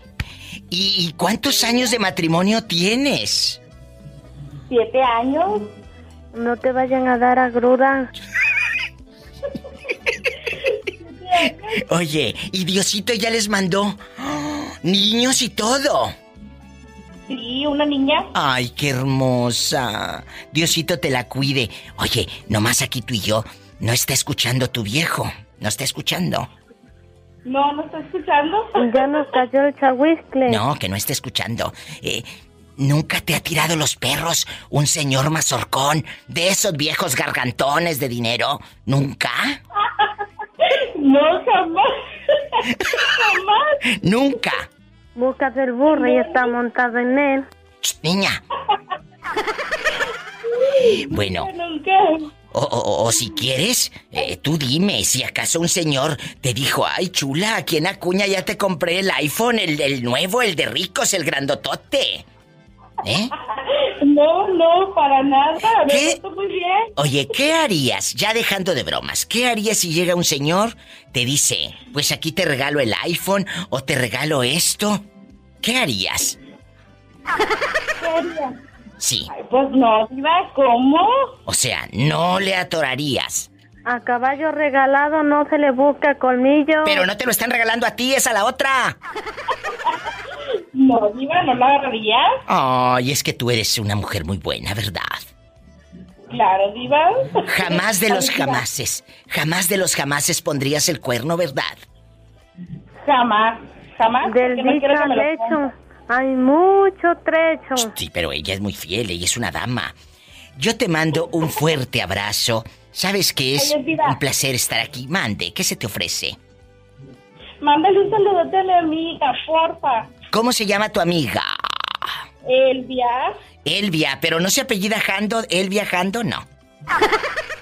S2: y cuántos años de matrimonio tienes?
S13: Siete años.
S5: No te vayan a dar agruda.
S2: Oye, y Diosito ya les mandó ¡ah! niños y todo.
S13: Sí, una niña.
S2: Ay, qué hermosa. Diosito te la cuide. Oye, nomás aquí tú y yo. No está escuchando tu viejo. No está escuchando.
S13: No, ¿no está escuchando?
S5: Ya nos cayó el chahuiscle.
S2: No, que no está escuchando. Eh, Nunca te ha tirado los perros un señor mazorcón de esos viejos gargantones de dinero. Nunca.
S13: (laughs) No, jamás. (laughs) jamás.
S2: (laughs) Nunca.
S5: Búscate el burro y está montado en él.
S2: Niña. Bueno,
S13: Nunca.
S2: O, o- o- o si quieres, eh, tú dime si acaso un señor te dijo, ay chula, aquí en Acuña ya te compré el iPhone, el, el nuevo, el de ricos, el grandotote. ¿Eh?
S13: No, no, para nada. Me
S2: ¿Qué?
S13: siento muy bien.
S2: Oye, ¿qué harías? Ya dejando de bromas, ¿qué harías si llega un señor, te dice, pues aquí te regalo el iPhone o te regalo esto? ¿Qué harías?
S13: ¿Qué haría?
S2: Sí,
S13: Ay, Pues no, diva, ¿cómo?
S2: o sea, no le atorarías.
S5: A caballo regalado no se le busca colmillo.
S2: Pero no te lo están regalando a ti, es a la otra.
S13: No, diva, ¿no la agarraría?
S2: Ay, es que tú eres una mujer muy buena, ¿verdad?
S13: Claro, diva.
S2: Jamás de los
S13: Ay, diva,
S2: jamases, jamás de los jamases pondrías el cuerno, ¿verdad?
S13: Jamás, jamás.
S5: Del
S13: porque no
S5: dicho
S13: quiero que
S5: al
S13: me lo pongan.
S5: hecho hay mucho trecho.
S2: Sí, pero ella es muy fiel, ella es una dama. Yo te mando un fuerte abrazo. ¿Sabes qué es?
S13: Ay, Elvira.
S2: Un placer estar aquí. Mande, ¿qué se te ofrece?
S13: Mándale un saludote a mi amiga, porfa.
S2: ¿Cómo se llama tu amiga?
S13: Elvia.
S2: Elvia, pero no se apellida Jando, Elvia Jando, no.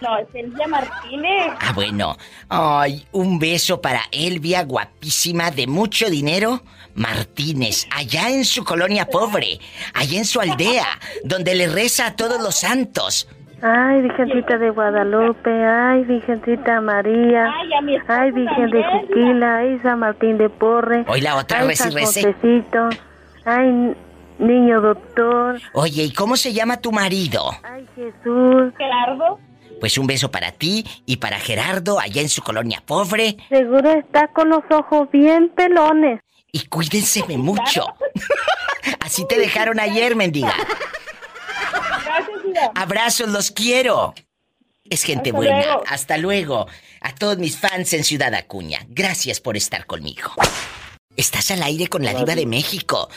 S13: No, es Elvia Martínez.
S2: Ah, bueno. Ay, un beso para Elvia, guapísima, de mucho dinero, Martínez, allá en su colonia pobre, allá en su aldea, donde le reza a todos los santos.
S5: Ay, Virgencita de Guadalupe, ay, Virgencita María,
S13: Ay, a mi esposo
S5: ay, Virgen de
S13: también,
S5: Juquila, ay, San Martín de Porre,
S2: Hoy la otra
S5: ay,
S2: reza
S5: San
S2: y reza.
S5: Josecito, ay, n- niño doctor,
S2: Oye, ¿y cómo se llama tu marido?
S5: ay, Jesús,
S13: Gerardo.
S2: Pues un beso para ti y para Gerardo, allá en su colonia pobre,
S5: seguro está con los ojos bien pelones.
S2: y cuídense mucho. Así te dejaron ayer, mendiga. Abrazos, los quiero. Es gente
S9: Hasta
S2: buena.
S9: luego.
S2: Hasta luego. A todos mis fans en Ciudad Acuña. Gracias por estar conmigo. Estás al aire con la diva de México.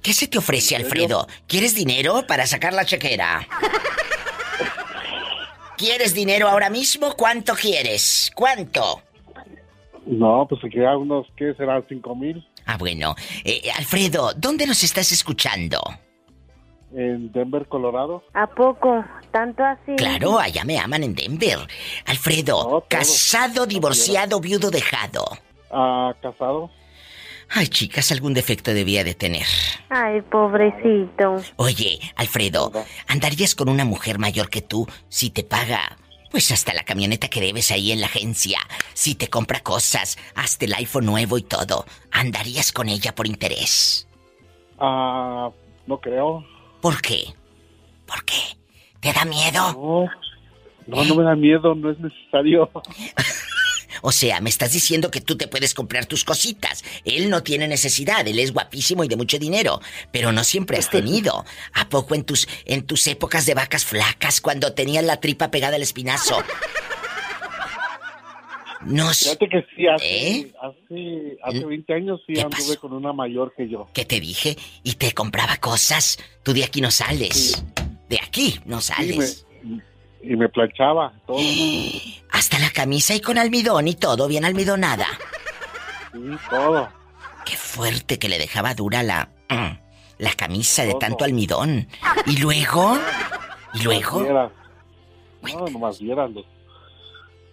S2: ¿Qué se te ofrece, Alfredo? ¿Quieres dinero para sacar la chequera? ¿Quieres dinero ahora mismo? ¿Cuánto quieres? ¿Cuánto?
S14: No, pues se queda unos, ¿qué serán? ¿Cinco mil?
S2: Ah, bueno. Eh, Alfredo, ¿dónde nos estás escuchando?
S14: En Denver, Colorado.
S5: ¿A poco? ¿Tanto así?
S2: Claro, allá me aman en Denver. Alfredo, casado, divorciado, viudo, dejado.
S14: Ah, casado.
S2: Ay, chicas, algún defecto debía de tener.
S5: Ay, pobrecito.
S2: Oye, Alfredo, ¿andarías con una mujer mayor que tú si te paga? Pues hasta la camioneta que debes ahí en la agencia, si te compra cosas, hasta el iPhone nuevo y todo, ¿andarías con ella por interés?
S14: Ah, no creo.
S2: ¿Por qué? ¿Por qué? ¿Te da miedo?
S14: No, no me da miedo, no es necesario.
S2: (laughs) O sea, me estás diciendo que tú te puedes comprar tus cositas. Él no tiene necesidad, él es guapísimo y de mucho dinero, pero no siempre has tenido. ¿A poco en tus en tus épocas de vacas flacas cuando tenías la tripa pegada al espinazo? No ¿Eh? sé.
S14: Fíjate que sí, hace, hace, hace 20 años sí anduve con una mayor que yo.
S2: ¿Qué te dije? Y te compraba cosas. Tú de aquí no sales. De aquí no sales.
S14: Y me planchaba
S2: (gasps)
S14: todo.
S2: Hasta la camisa y con almidón y todo, bien almidonada.
S14: todo.
S2: Qué fuerte que le dejaba dura la. mm, la camisa de tanto almidón. Y luego. Y luego.
S14: Vieras. No, nomás vieras los,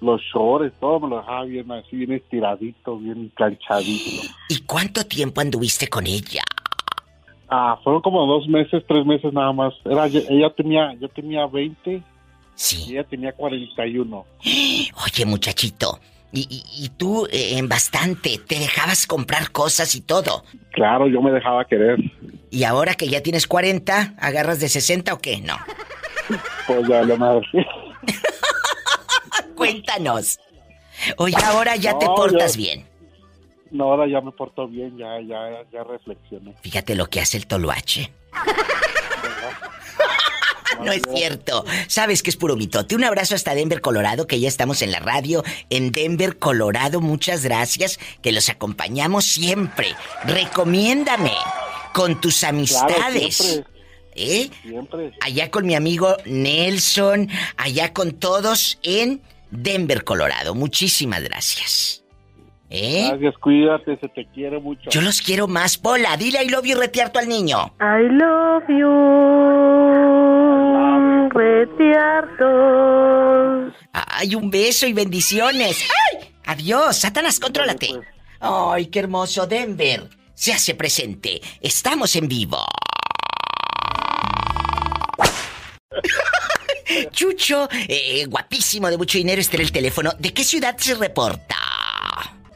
S14: los shorts, todo me lo dejaba bien así, bien estiradito, bien planchadito.
S2: (gasps) ¿Y cuánto tiempo anduviste con ella?
S14: Ah, fueron como dos meses, tres meses nada más. Era, yo- ella tenía, yo tenía 20
S2: y
S14: ella tenía
S2: (gasps)
S14: 41.
S2: Oye, muchachito. Y, y- y tú, eh, en bastante, te dejabas comprar cosas y todo.
S14: Claro, yo me dejaba querer.
S2: ¿Y ahora que ya tienes 40, agarras de 60 o qué? No. (laughs)
S14: Pues ya, la madre.
S2: Cuéntanos. Oye, ahora Pues ya te portas bien.
S14: No, ahora ya me porto bien, ya, ya, ya reflexioné.
S2: Fíjate lo que hace el toloache. (laughs) No es cierto. Sabes que es puro mitote. Un abrazo hasta Denver, Colorado, que ya estamos en la radio. En Denver, Colorado, muchas gracias, que los acompañamos siempre. Recomiéndame con tus amistades.
S14: siempre.
S2: ¿Eh?
S14: Siempre.
S2: Allá con mi amigo Nelson, allá con todos en Denver, Colorado. Muchísimas gracias. ¿Eh?
S14: Gracias, cuídate, se te quiere mucho.
S2: Yo los quiero más. Pola, dile I love you y retearto al niño.
S5: I love you. Retiarto.
S2: Ay, un beso y bendiciones. ¡Ay! Adiós, Satanás, contrólate. Ay, qué hermoso Denver. Se hace presente. Estamos en vivo. (laughs) Chucho, eh, guapísimo, de mucho dinero, este era el teléfono. ¿De qué ciudad se reporta?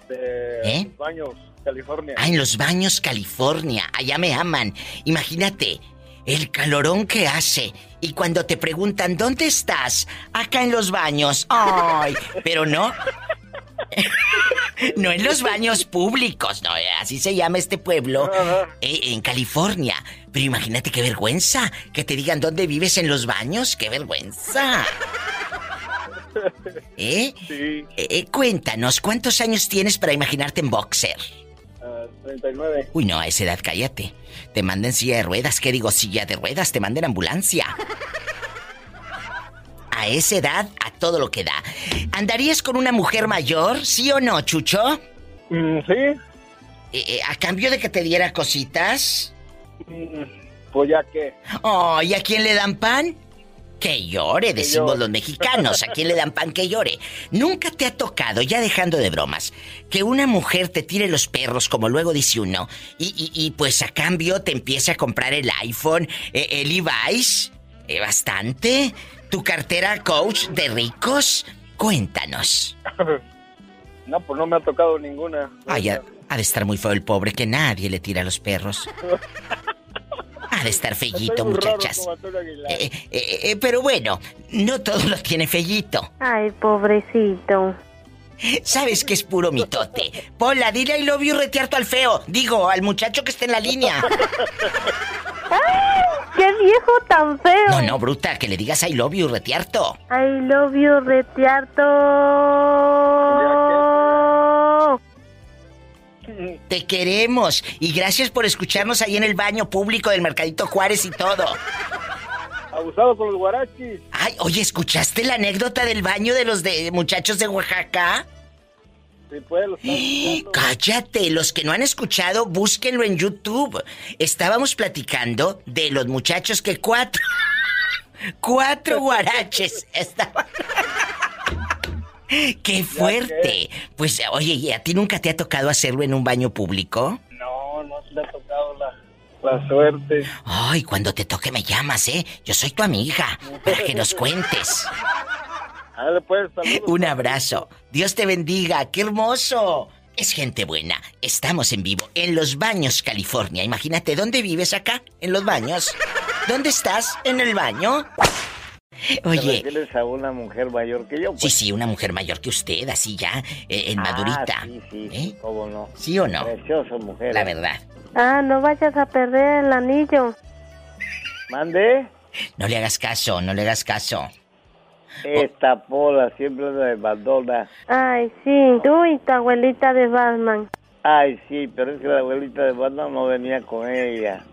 S15: de
S2: ¿Eh?
S15: Los Baños, California.
S2: Ah, en Los Baños, California. Allá me aman. Imagínate, el calorón que hace. Y cuando te preguntan, ¿dónde estás? Acá en Los Baños. Ay, pero no. (laughs) No en los baños públicos, no, eh, así se llama este pueblo eh, en California. Pero imagínate qué vergüenza que te digan dónde vives en los baños, qué vergüenza. ¿Eh?
S15: Sí.
S2: Eh, eh, cuéntanos, ¿cuántos años tienes para imaginarte en boxer?
S15: Ah, 39.
S2: Uy, no, a esa edad cállate. Te manden silla de ruedas, ¿qué digo? Silla de ruedas, te manden ambulancia. A esa edad, a todo lo que da. ¿Andarías con una mujer mayor, sí o no, Chucho?
S15: Mm,
S2: Eh,
S15: sí.
S2: ¿A cambio de que te diera cositas?
S15: (laughs) Pues ya que.
S2: Oh, ¿y a quién le dan pan? Que llore, decimos los mexicanos. ¿A quién le dan pan que llore? Nunca te ha tocado, ya dejando de bromas, que una mujer te tire los perros, como luego dice uno, y, y- y, pues a cambio te empiece a comprar el iPhone, eh, el Levi's, eh, bastante, tu cartera coach de ricos. Cuéntanos.
S15: No, pues no me ha tocado ninguna.
S2: Ay, ha, ha de estar muy feo el pobre que nadie le tira los perros. Ha de estar fellito,
S15: Estoy muy raro
S2: muchachas.
S15: como Antonio Aguilar.
S2: Eh, eh, eh, pero bueno, no todo lo tiene Fellito.
S5: Ay, pobrecito.
S2: Sabes que es puro mitote. Pola, dile I love you retearto al feo. Digo, al muchacho que está en la línea.
S5: ¡Qué viejo tan feo!
S2: No, no, bruta, que le digas I love you retearto.
S5: I love you, retiarto.
S2: Te queremos y gracias por escucharnos ahí en el baño público del Mercadito Juárez y todo.
S15: Abusado con los guarachis.
S2: Ay, oye, ¿escuchaste la anécdota del baño de los de muchachos de Oaxaca?
S15: Sí, pues, los están escuchando.
S2: (gasps) Cállate, los que no han escuchado, búsquenlo en YouTube. Estábamos platicando de los muchachos que cuatro. (laughs) Cuatro guaraches estaban. (laughs) ¡Qué fuerte! Pues, oye, ¿y a ti nunca te ha tocado hacerlo en un baño público?
S15: No, no le ha tocado la, la suerte.
S2: Ay, cuando te toque me llamas, ¿eh? Yo soy tu amiga, para que nos cuentes.
S15: Dale, pues, saludos.
S2: Un abrazo. Dios te bendiga. ¡Qué hermoso! Es gente buena. Estamos en vivo en Los Baños, California. Imagínate, ¿dónde vives acá? En Los Baños. ¿Dónde estás? ¿En el baño?
S15: ¿Te
S2: Oye,
S15: refieres a una mujer mayor que yo? Pues,
S2: sí, sí, una mujer mayor que usted, así ya, eh, en
S15: Ah,
S2: madurita.
S15: sí, sí,
S2: ¿Eh?
S15: cómo no.
S2: ¿Sí o no?
S15: Preciosa mujer.
S2: La verdad.
S5: Ah, no vayas a perder el anillo.
S15: Mande.
S2: No le hagas caso, no le hagas caso. Oh.
S15: Esta pola siempre la abandona.
S5: Ay, sí, tú y tu abuelita de Batman.
S15: Ay, sí, pero es que la abuelita de Batman no venía con ella.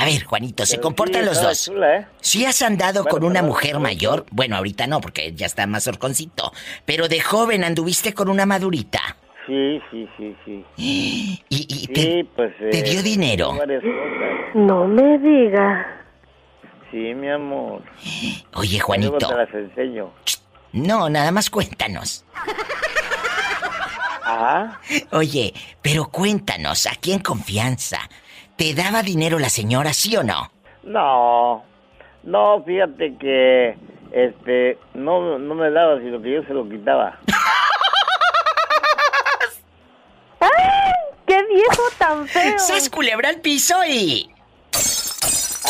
S2: A ver, Juanito, se
S15: Pero
S2: comportan
S15: sí,
S2: los
S15: estaba
S2: dos.
S15: chula, ¿eh?
S2: Si has andado
S15: Bueno,
S2: con una
S15: pero-
S2: mujer mayor, bueno, ahorita no, porque ya está más horconcito, pero de joven anduviste con una madurita.
S15: Sí, sí, sí, sí.
S2: (gasps) Y, y
S15: sí,
S2: te,
S15: pues...
S2: te dio dinero.
S15: varias cosas.
S5: No me digas.
S15: Sí, mi amor.
S2: (gasps) Oye,
S15: Luego
S2: Juanito,
S15: te las enseño.
S2: no, nada más cuéntanos.
S15: Ah,
S2: Oye, pero cuéntanos, aquí en confianza, ¿te daba dinero la señora, sí o no?
S15: no. No, fíjate que... Este... No, no me daba, sino que yo se lo quitaba.
S5: ¡Ay, qué viejo tan feo!
S2: ¡Sas culebra al piso y...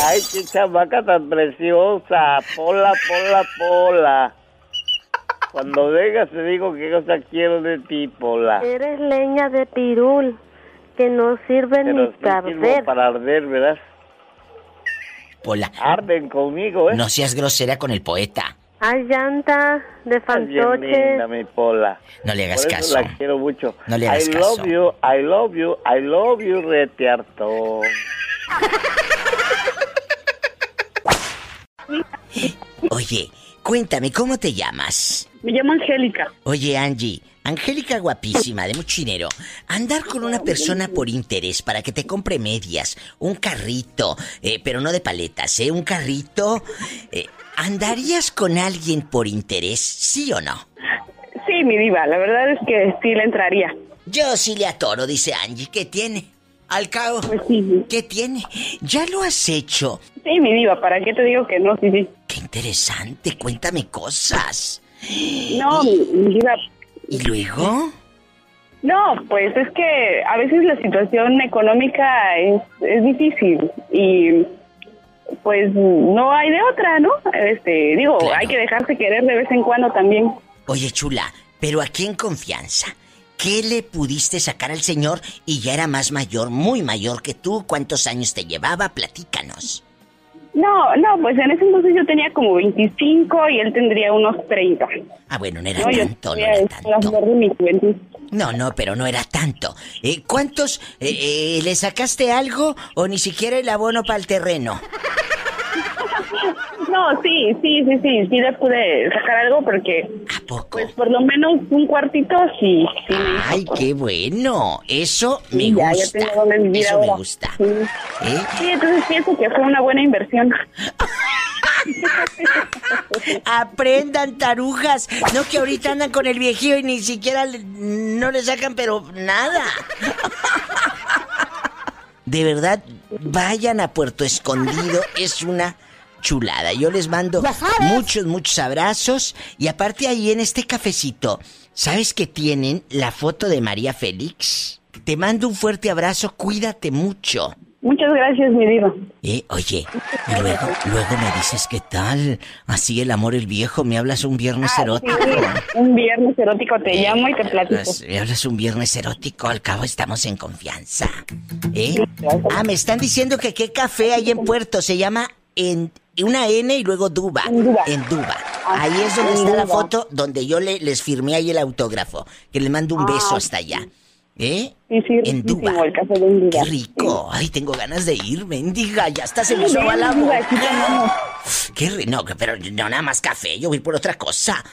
S15: Ay, qué chamaca tan preciosa. Pola, pola, pola. Cuando vengas te digo qué cosa quiero de ti, pola.
S5: Eres leña de pirul, que no sirve
S15: Pero
S5: ni
S15: sí
S5: para
S15: sirvo
S5: arder.
S15: para arder, ¿verdad?
S2: Pola,
S15: Arden conmigo, ¿eh?
S2: no seas grosera con el poeta.
S5: Hay llanta de
S15: Estás bien linda,
S5: fantoches.
S15: mi pola.
S2: No le hagas
S15: Por eso
S2: caso.
S15: la quiero mucho.
S2: No le hagas
S15: I
S2: caso.
S15: love you, I love you, I love you, retearto.
S2: Oye, cuéntame, ¿cómo te llamas?
S13: Me llamo Angélica.
S2: Oye, Angie, Angélica guapísima, de mucho dinero. Andar con una persona por interés para que te compre medias, un carrito, eh, pero no de paletas, ¿eh? Un carrito. eh, ¿Andarías con alguien por interés, sí o no?
S13: Sí, mi diva, la verdad es que sí le entraría.
S2: Yo sí le atoro, dice Angie. ¿Qué tiene? Al cabo,
S5: Pues
S2: ¿qué tiene? Ya lo has hecho.
S13: Sí, mi diva, ¿para qué te digo que no? Sí, sí.
S2: Qué interesante, cuéntame cosas.
S13: No, mi, mi diva,
S2: ¿Y luego?
S13: No, pues es que a veces la situación económica es, es difícil y pues no hay de otra, ¿no? Este, digo,
S2: Claro.
S13: hay que dejarse querer de vez en cuando también.
S2: Oye, chula, pero aquí en confianza. ¿Qué le pudiste sacar al señor y ya era más mayor, muy mayor que tú? ¿Cuántos años te llevaba? Platícanos.
S13: No, no, pues en ese entonces yo tenía como 25 y él tendría unos 30.
S2: Ah, bueno, no era
S13: No, yo
S2: tanto, no
S13: tenía
S2: era
S13: la
S2: tanto.
S13: flor de mi juventud.
S2: No, no, pero no era tanto. Eh, ¿Cuántos? eh, eh, ¿Le sacaste algo o ni siquiera el abono para el terreno?
S13: No, sí, sí, sí, sí, sí le pude sacar algo porque
S2: ¿A poco?
S13: pues por lo menos un cuartito sí, sí me hizo.
S2: Ay, qué bueno. Eso me
S13: Sí, ya, ya
S2: gusta.
S13: tengo dónde vivir
S2: Eso me
S13: ahora.
S2: gusta.
S13: Sí. (laughs)
S2: ¿Eh?
S13: Sí, entonces pienso que fue una buena inversión.
S2: Aprendan tarujas, no que ahorita andan con el viejillo y ni siquiera le- no le sacan pero nada. De verdad, vayan a Puerto Escondido, es una chulada. Yo les mando muchos, muchos abrazos y aparte ahí en este cafecito, ¿sabes que tienen la foto de María Félix? Te mando un fuerte abrazo, cuídate mucho.
S13: Muchas gracias, mi diva.
S2: Eh, oye, y luego, luego me dices qué tal. Así el amor el viejo, me hablas un viernes erótico.
S13: Un viernes erótico te llamo y te platico.
S2: Hablas- Me hablas un viernes erótico, al cabo estamos en confianza. ¿Eh? Ah, me están diciendo que qué café hay en Puerto, se llama en una N y luego Duba. En Ah, Duba. Ahí es donde
S13: en
S2: está la
S13: Duba.
S2: foto donde yo le- les firmé ahí el autógrafo, que les mando un beso hasta allá. ¿Eh? en Duba. Qué rico. Ay, tengo ganas de ir, mendiga. Ya hasta se me
S13: Ay,
S2: soba
S13: ven,
S2: la
S13: mendiga,
S2: boca.
S13: aquí te amamos.
S2: Qué ri- No, pero no nada más café. Yo voy por otra (laughs) cosa.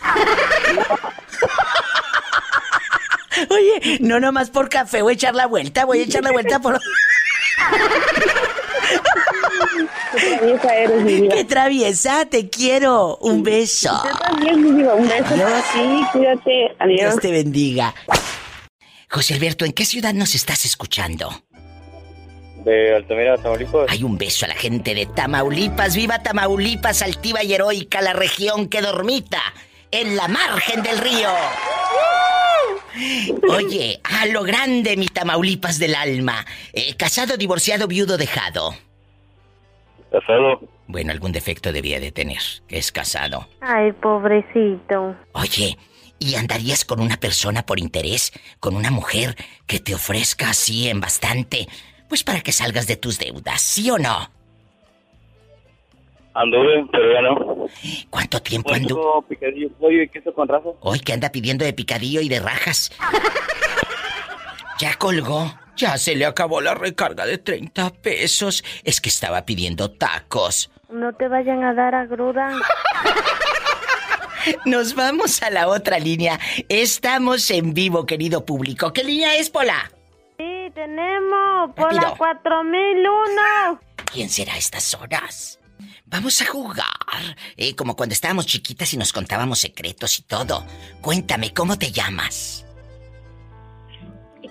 S2: Oye, no nomás por café voy a echar la vuelta, voy a echar la vuelta por... Qué traviesa eres, mi (laughs) Qué traviesa, te quiero. Un beso. un beso. Sí, cuídate.
S13: Adiós.
S2: Dios te bendiga. José Alberto, ¿en qué ciudad nos estás escuchando?
S7: De Altamira, Tamaulipas.
S2: Hay un beso a la gente de Tamaulipas. ¡Viva Tamaulipas, altiva y heroica, la región que dormita en la margen del río! Oye, a lo grande, mi Tamaulipas del alma. Eh, casado, divorciado, viudo, dejado.
S7: Casado.
S2: Bueno, algún defecto debía de tener, que es casado.
S5: Ay, pobrecito.
S2: Oye, ¿y andarías con una persona por interés? ¿Con una mujer que te ofrezca así en bastante? Pues para que salgas de tus deudas, ¿sí o no?
S7: Anduve, pero ya no.
S2: ¿Cuánto tiempo
S7: anduve? Picadillo, pollo y queso con raso.
S2: Hoy que anda pidiendo de picadillo y de rajas. Ya colgó. Ya se le acabó la recarga de 30 pesos. Es que estaba pidiendo tacos.
S5: No te vayan a dar
S15: (laughs)
S5: agruras.
S2: Nos vamos a la otra línea. Estamos en vivo, querido público. ¿Qué línea es, Pola?
S5: Sí, tenemos por
S2: Rápido.
S5: la 4001.
S2: ¿Quién será a estas horas? Vamos a jugar. Eh, como cuando estábamos chiquitas y nos contábamos secretos y todo. Cuéntame, ¿cómo te llamas?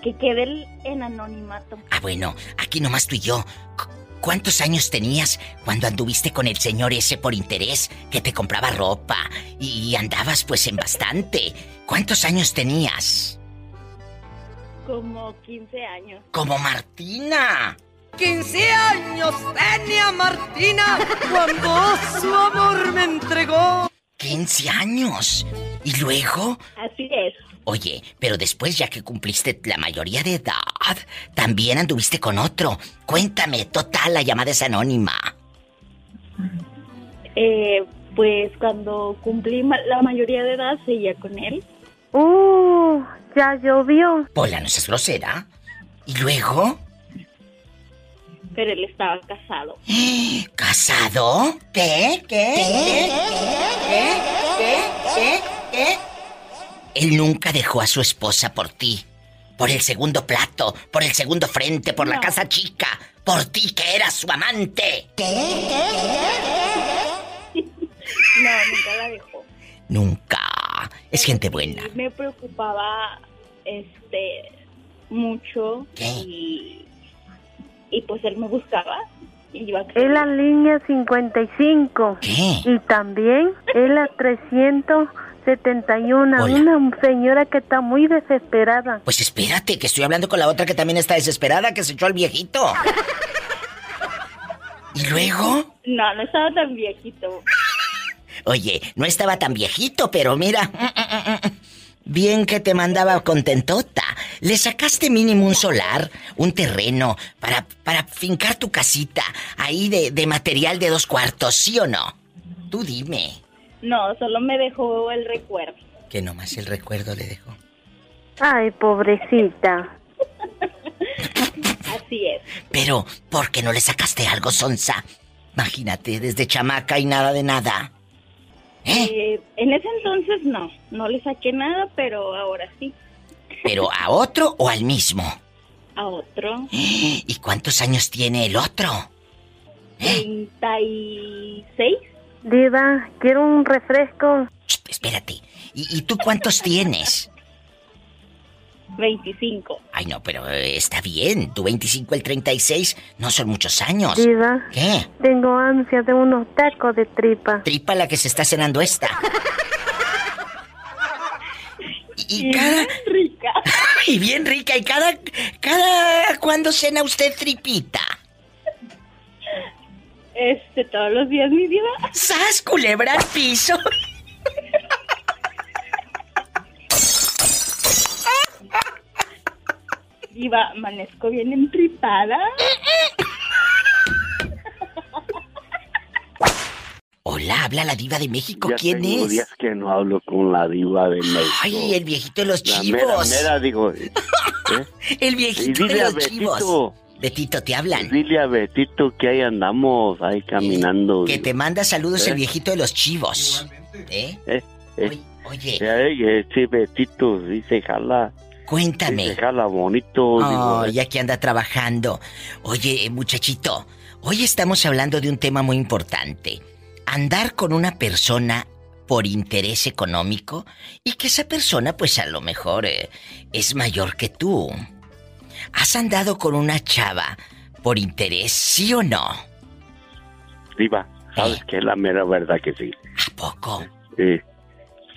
S9: Que quede el- en anonimato.
S2: Ah, bueno, aquí nomás tú y yo. Cu- ¿Cuántos años tenías cuando anduviste con el señor ese por interés que te compraba ropa y andabas pues en bastante? ¿Cuántos años tenías?
S9: Como 15 años.
S2: Como Martina.
S16: 15 años tenía Martina cuando su amor me entregó.
S2: 15 años. ¿Y luego?
S9: Así es.
S2: Oye, pero después ya que cumpliste la mayoría de edad, también anduviste con otro. Cuéntame, total, la llamada es anónima.
S9: Eh, pues cuando cumplí ma- la mayoría de edad, seguía con él.
S5: Uh, ya llovió.
S2: Pola, no seas grosera. ¿Y luego?
S9: Pero él estaba casado.
S2: ¿Casado? ¿Qué? ¿Qué? ¿Qué? ¿Qué? ¿Qué? ¿Qué? ¿Qué? Él nunca dejó a su esposa por ti. Por el segundo plato, por el segundo frente, por la casa chica, por ti que eras su amante.
S9: (laughs) No, nunca la dejó.
S2: Nunca. Es gente buena.
S9: Me preocupaba este mucho y y pues él me buscaba y yo ac-
S5: Es la línea 55. Y también es la 371. Una señora que está muy desesperada.
S2: Pues espérate, que estoy hablando con la otra que también está desesperada, que se echó al (laughs) viejito. ¿Y luego?
S9: no, no estaba tan viejito.
S2: Oye, no estaba tan viejito, pero mira. Bien que te mandaba contentota. Le sacaste mínimo un solar, un terreno, para, para fincar tu casita, ahí de, de material de dos cuartos, ¿sí o no? Tú dime,
S9: No, solo me dejó el recuerdo.
S2: que nomás el recuerdo le dejó.
S5: Ay, pobrecita.
S9: Así es.
S2: Pero, ¿por qué no le sacaste algo, Sonsa? Imagínate, desde chamaca y nada de nada.
S9: Eh, en ese entonces no, no le saqué nada, pero ahora sí,
S2: ¿Pero a otro o al mismo?
S9: a otro.
S2: ¿Eh? ¿Y cuántos años tiene el otro?
S9: 36.
S5: Diva, quiero un refresco.
S2: Espérate. ¿Y, y tú cuántos tienes?
S9: 25.
S2: Ay, no, pero eh, está bien. Tu 25, el 36, no son muchos años.
S5: Diva.
S2: ¿Qué?
S5: Tengo ansia de unos tacos de tripa.
S2: Tripa la que se está cenando esta. Y, y cada... (laughs) rica. y bien rica. ¿Y cada... cada... ¿Cuándo cena usted tripita?
S17: Este, todos los días, mi vida.
S2: ¡Sas, culebra al piso!
S17: Diva, amanezco bien entripada.
S2: Hola, habla la diva de México.
S16: Ya
S2: ¿Quién
S16: tengo
S2: es?
S16: días que no hablo con la diva de México.
S2: Ay, el viejito de los
S16: La
S2: chivos.
S16: mera, mera, digo. ¿eh?
S2: El
S16: Y
S2: viejito
S16: dile
S2: de
S16: a
S2: los chivos.
S16: Betito.
S2: Betito, te hablan. Eh,
S16: Dile a Betito que ahí andamos, ahí caminando.
S2: Que
S16: digo.
S2: te manda saludos
S16: ¿Eh?
S2: el viejito de los chivos. ¿Eh?
S16: Eh, eh.
S2: Oye,
S16: Eh, eh, sí, Betito, dice jala.
S2: Cuéntame.
S16: Dice jala bonito. digo,
S2: Oh,
S16: eh.
S2: ya que anda trabajando. Oye, eh, muchachito, hoy estamos hablando de un tema muy importante. Andar con una persona por interés económico y que esa persona pues a lo mejor eh, es mayor que tú. ¿Has andado con una chava por interés, sí o no?
S16: Diva,
S2: Eh.
S16: sabes que es la mera verdad que sí.
S2: ¿A poco?
S16: Eh,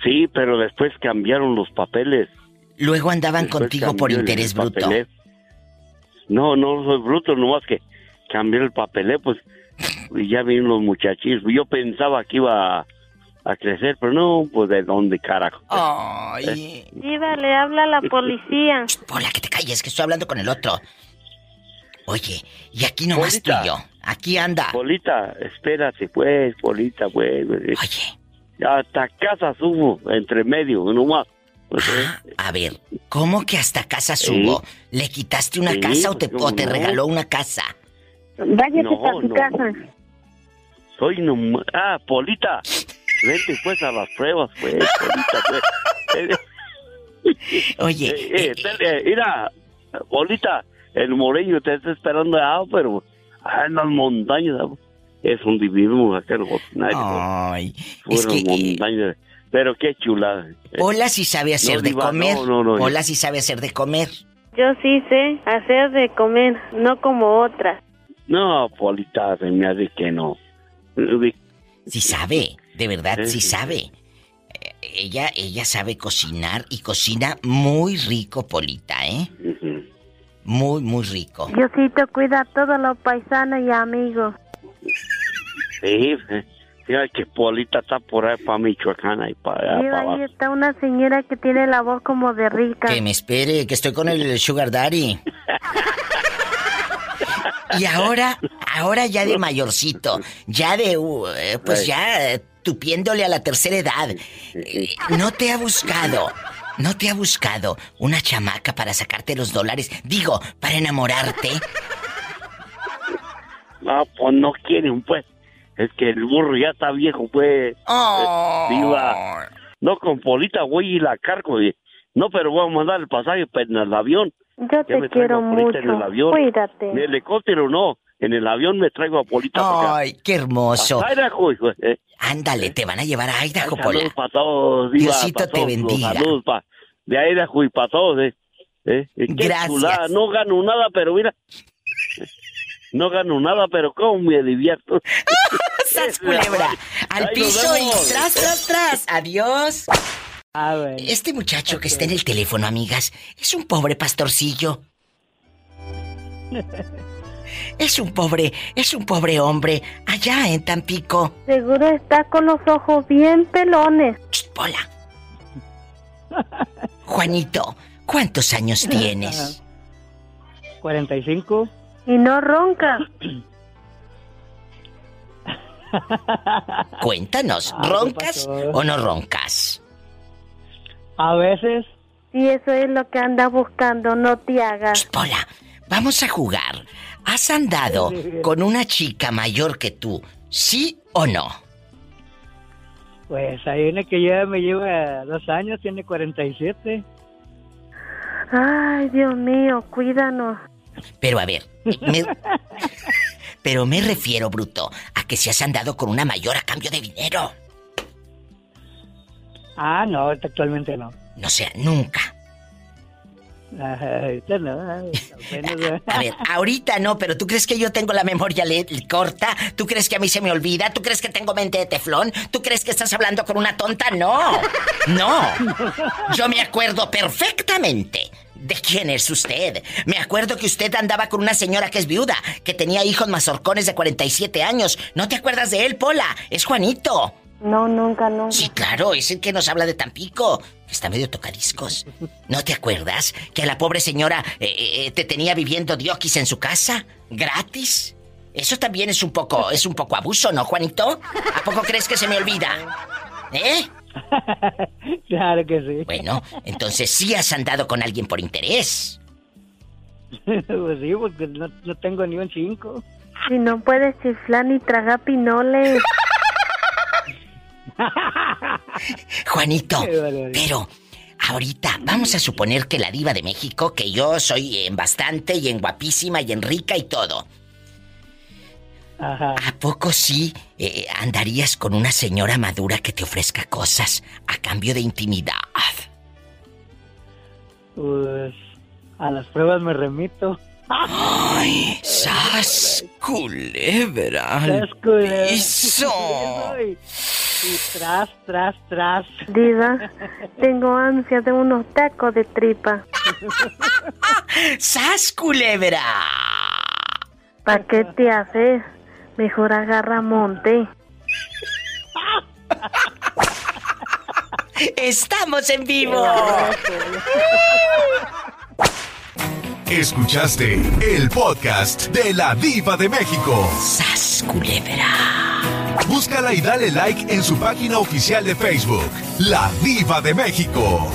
S16: sí, pero después cambiaron los papeles.
S2: Luego andaban
S16: Después
S2: contigo por
S16: cambió el
S2: interés bruto.
S16: papelé. No, no soy bruto, nomás que cambié el papelé, pues y ya vienen los muchachis. Yo pensaba que iba a, a crecer, pero no, pues de dónde carajo. Eh,
S2: Ay.
S5: Diva, le habla la policía.
S2: Hola, que te calles, que estoy hablando con el otro. Oye, y aquí nomás
S16: Polita.
S2: tú y yo. Aquí anda.
S16: Polita, espérate, pues, Polita, pues. Oye. Hasta casa subo, entre medio, nomás. Pues, eh.
S2: A ver, ¿cómo que hasta casa subo? ¿Le quitaste una
S16: Sí,
S2: casa o te,
S16: pues, ¿cómo
S2: o te
S16: no?
S2: regaló una casa?
S16: Váyase No, pa' pues, su no. casa. Soy nomás. Ah, Polita, vente pues a las pruebas, pues, Polita, pues. Eh,
S2: (laughs) Oye.
S16: eh, ten- eh, mira, Polita, el moreño te está esperando allá, pero ah, en las montañas. ah, Es un divino acá en Jotinari, pues.
S2: Ay, eh,
S16: Puras montañas. Pero qué chulada.
S2: Hola si sabe hacer
S16: No,
S2: de
S16: diva,
S2: comer.
S16: no, no, no.
S2: Hola si sabe hacer de comer.
S5: Yo sí sé hacer de comer, no como otras.
S16: No, Polita, se me hace que no.
S2: Si sabe, de verdad, si sabe. Eh, Ella, ella sabe cocinar y cocina muy rico, Polita, ¿eh? Muy, muy rico.
S5: Diosito cuida a todos los paisanos y amigos.
S16: Sí, eh, mira que Polita está por ahí para Michoacán y para allá.
S5: Diva,
S16: para
S5: ahí
S16: abajo.
S5: está una señora que tiene la voz como de rica.
S16: Ah.
S2: Que me espere, que estoy con el Sugar Daddy. Y ahora, ahora ya de mayorcito, ya de, uh, eh, pues ya eh, tupiéndole a la tercera edad, eh, no te ha buscado, no te ha buscado una chamaca para sacarte los dólares, digo, para enamorarte.
S16: No, pues no quieren, pues. Es que el burro ya está viejo, pues.
S2: Oh.
S16: Eh, Diva. No, con Polita voy y la cargo. y- No, pero voy a mandar el pasaje pues, en el avión.
S5: Yo
S16: Ya
S5: te
S16: me traigo
S5: quiero
S16: a Polita
S5: mucho.
S16: en el avión. En
S5: Cuídate.
S16: el helicóptero no. En el avión me traigo a Polita. para acá.
S2: Ay, qué hermoso.
S16: A Idaho, hijo. eh.
S2: Ándale, te van a llevar a Idaho,
S16: Saludos
S2: Pola.
S16: para todos, Diva,
S2: Diosito
S16: pa'
S2: te
S16: todos,
S2: bendiga.
S16: Saludos pa- de aire y para todos. Eh. Eh, eh, qué
S2: Gracias.
S16: chulada, No gano nada, pero
S2: (laughs)
S16: mira. No gano nada, pero cómo me divierto.
S2: (laughs) ¡Sas, culebra! Al
S16: Ahí nos
S2: piso y
S16: vemos.
S2: tras, tras, tras.
S9: (laughs)
S2: Adiós. Este muchacho que está en el teléfono, amigas, es un pobre pastorcillo. Es un pobre, es un pobre hombre allá en Tampico.
S5: Seguro está con los ojos bien pelones.
S2: Hola. Juanito, ¿cuántos
S11: (laughs)
S2: años tienes?
S11: 45.
S5: Y no ronca.
S2: Cuéntanos,
S11: Ah, ¿qué
S2: ¿roncas
S11: pasó?
S2: o no roncas?
S11: A veces.
S5: Sí, eso es lo que anda buscando, no te hagas.
S2: Hola, vamos a jugar. ¿Has
S11: (laughs)
S2: andado con una chica mayor que tú? ¿Sí o no?
S11: Pues hay una que ya me lleva dos años, tiene 47.
S5: Ay, Dios mío, cuídanos.
S2: Pero a ver, me- pero me refiero, bruto, a que si has andado con una mayor a cambio de dinero.
S11: Ah, no, ahorita actualmente no.
S2: No sea, nunca.
S11: Ajá, ahorita no. (laughs) apenas,
S2: A ver, ahorita no, pero ¿tú crees que yo tengo la memoria le- corta? ¿Tú crees que a mí se me olvida? ¿Tú crees que tengo mente de teflón? ¿Tú crees que estás hablando con una tonta? No, no. Yo me acuerdo perfectamente ¿De quién es usted? Me acuerdo que usted andaba con una señora que es viuda, que tenía hijos mazorcones de 47 años. ¿No te acuerdas de él, Pola? Es Juanito.
S5: No, nunca, nunca.
S2: Sí, claro, es el que nos habla de Tampico. que Está medio tocadiscos. ¿No te acuerdas que a la pobre señora eh, eh, te tenía viviendo diokis en su casa? ¿Gratis? Eso también es un poco, es un poco abuso, ¿no, Juanito? ¿A poco crees que se me olvida? ¿Eh?
S11: (laughs) Claro que sí.
S2: Bueno, entonces sí has andado con alguien por interés.
S11: pues sí, porque no, no tengo ni un cinco.
S5: Si no puedes chiflar ni tragar pinoles.
S2: Juanito, pero ahorita vamos a suponer que la diva de México, que yo soy en bastante y en guapísima y en rica y todo. ¿A poco sí eh, andarías con una señora madura que te ofrezca cosas a cambio de intimidad? (laughs)
S11: Pues a las pruebas me remito.
S2: ¡Ay! ¡Sas! ¡Culebra! al
S11: Tras, culebra.
S2: piso.
S11: Y, y tras, tras, tras.
S5: Diva, tengo ansia de unos tacos de tripa.
S2: ¡Sas, culebra!
S5: ¿Para qué te haces? Mejor agarra monte.
S2: ¡Estamos en vivo! (laughs)
S3: Escuchaste el podcast de la Diva de México.
S2: ¡Sas, culebra!
S3: Búscala y dale like en su página oficial de Facebook, La Diva de México.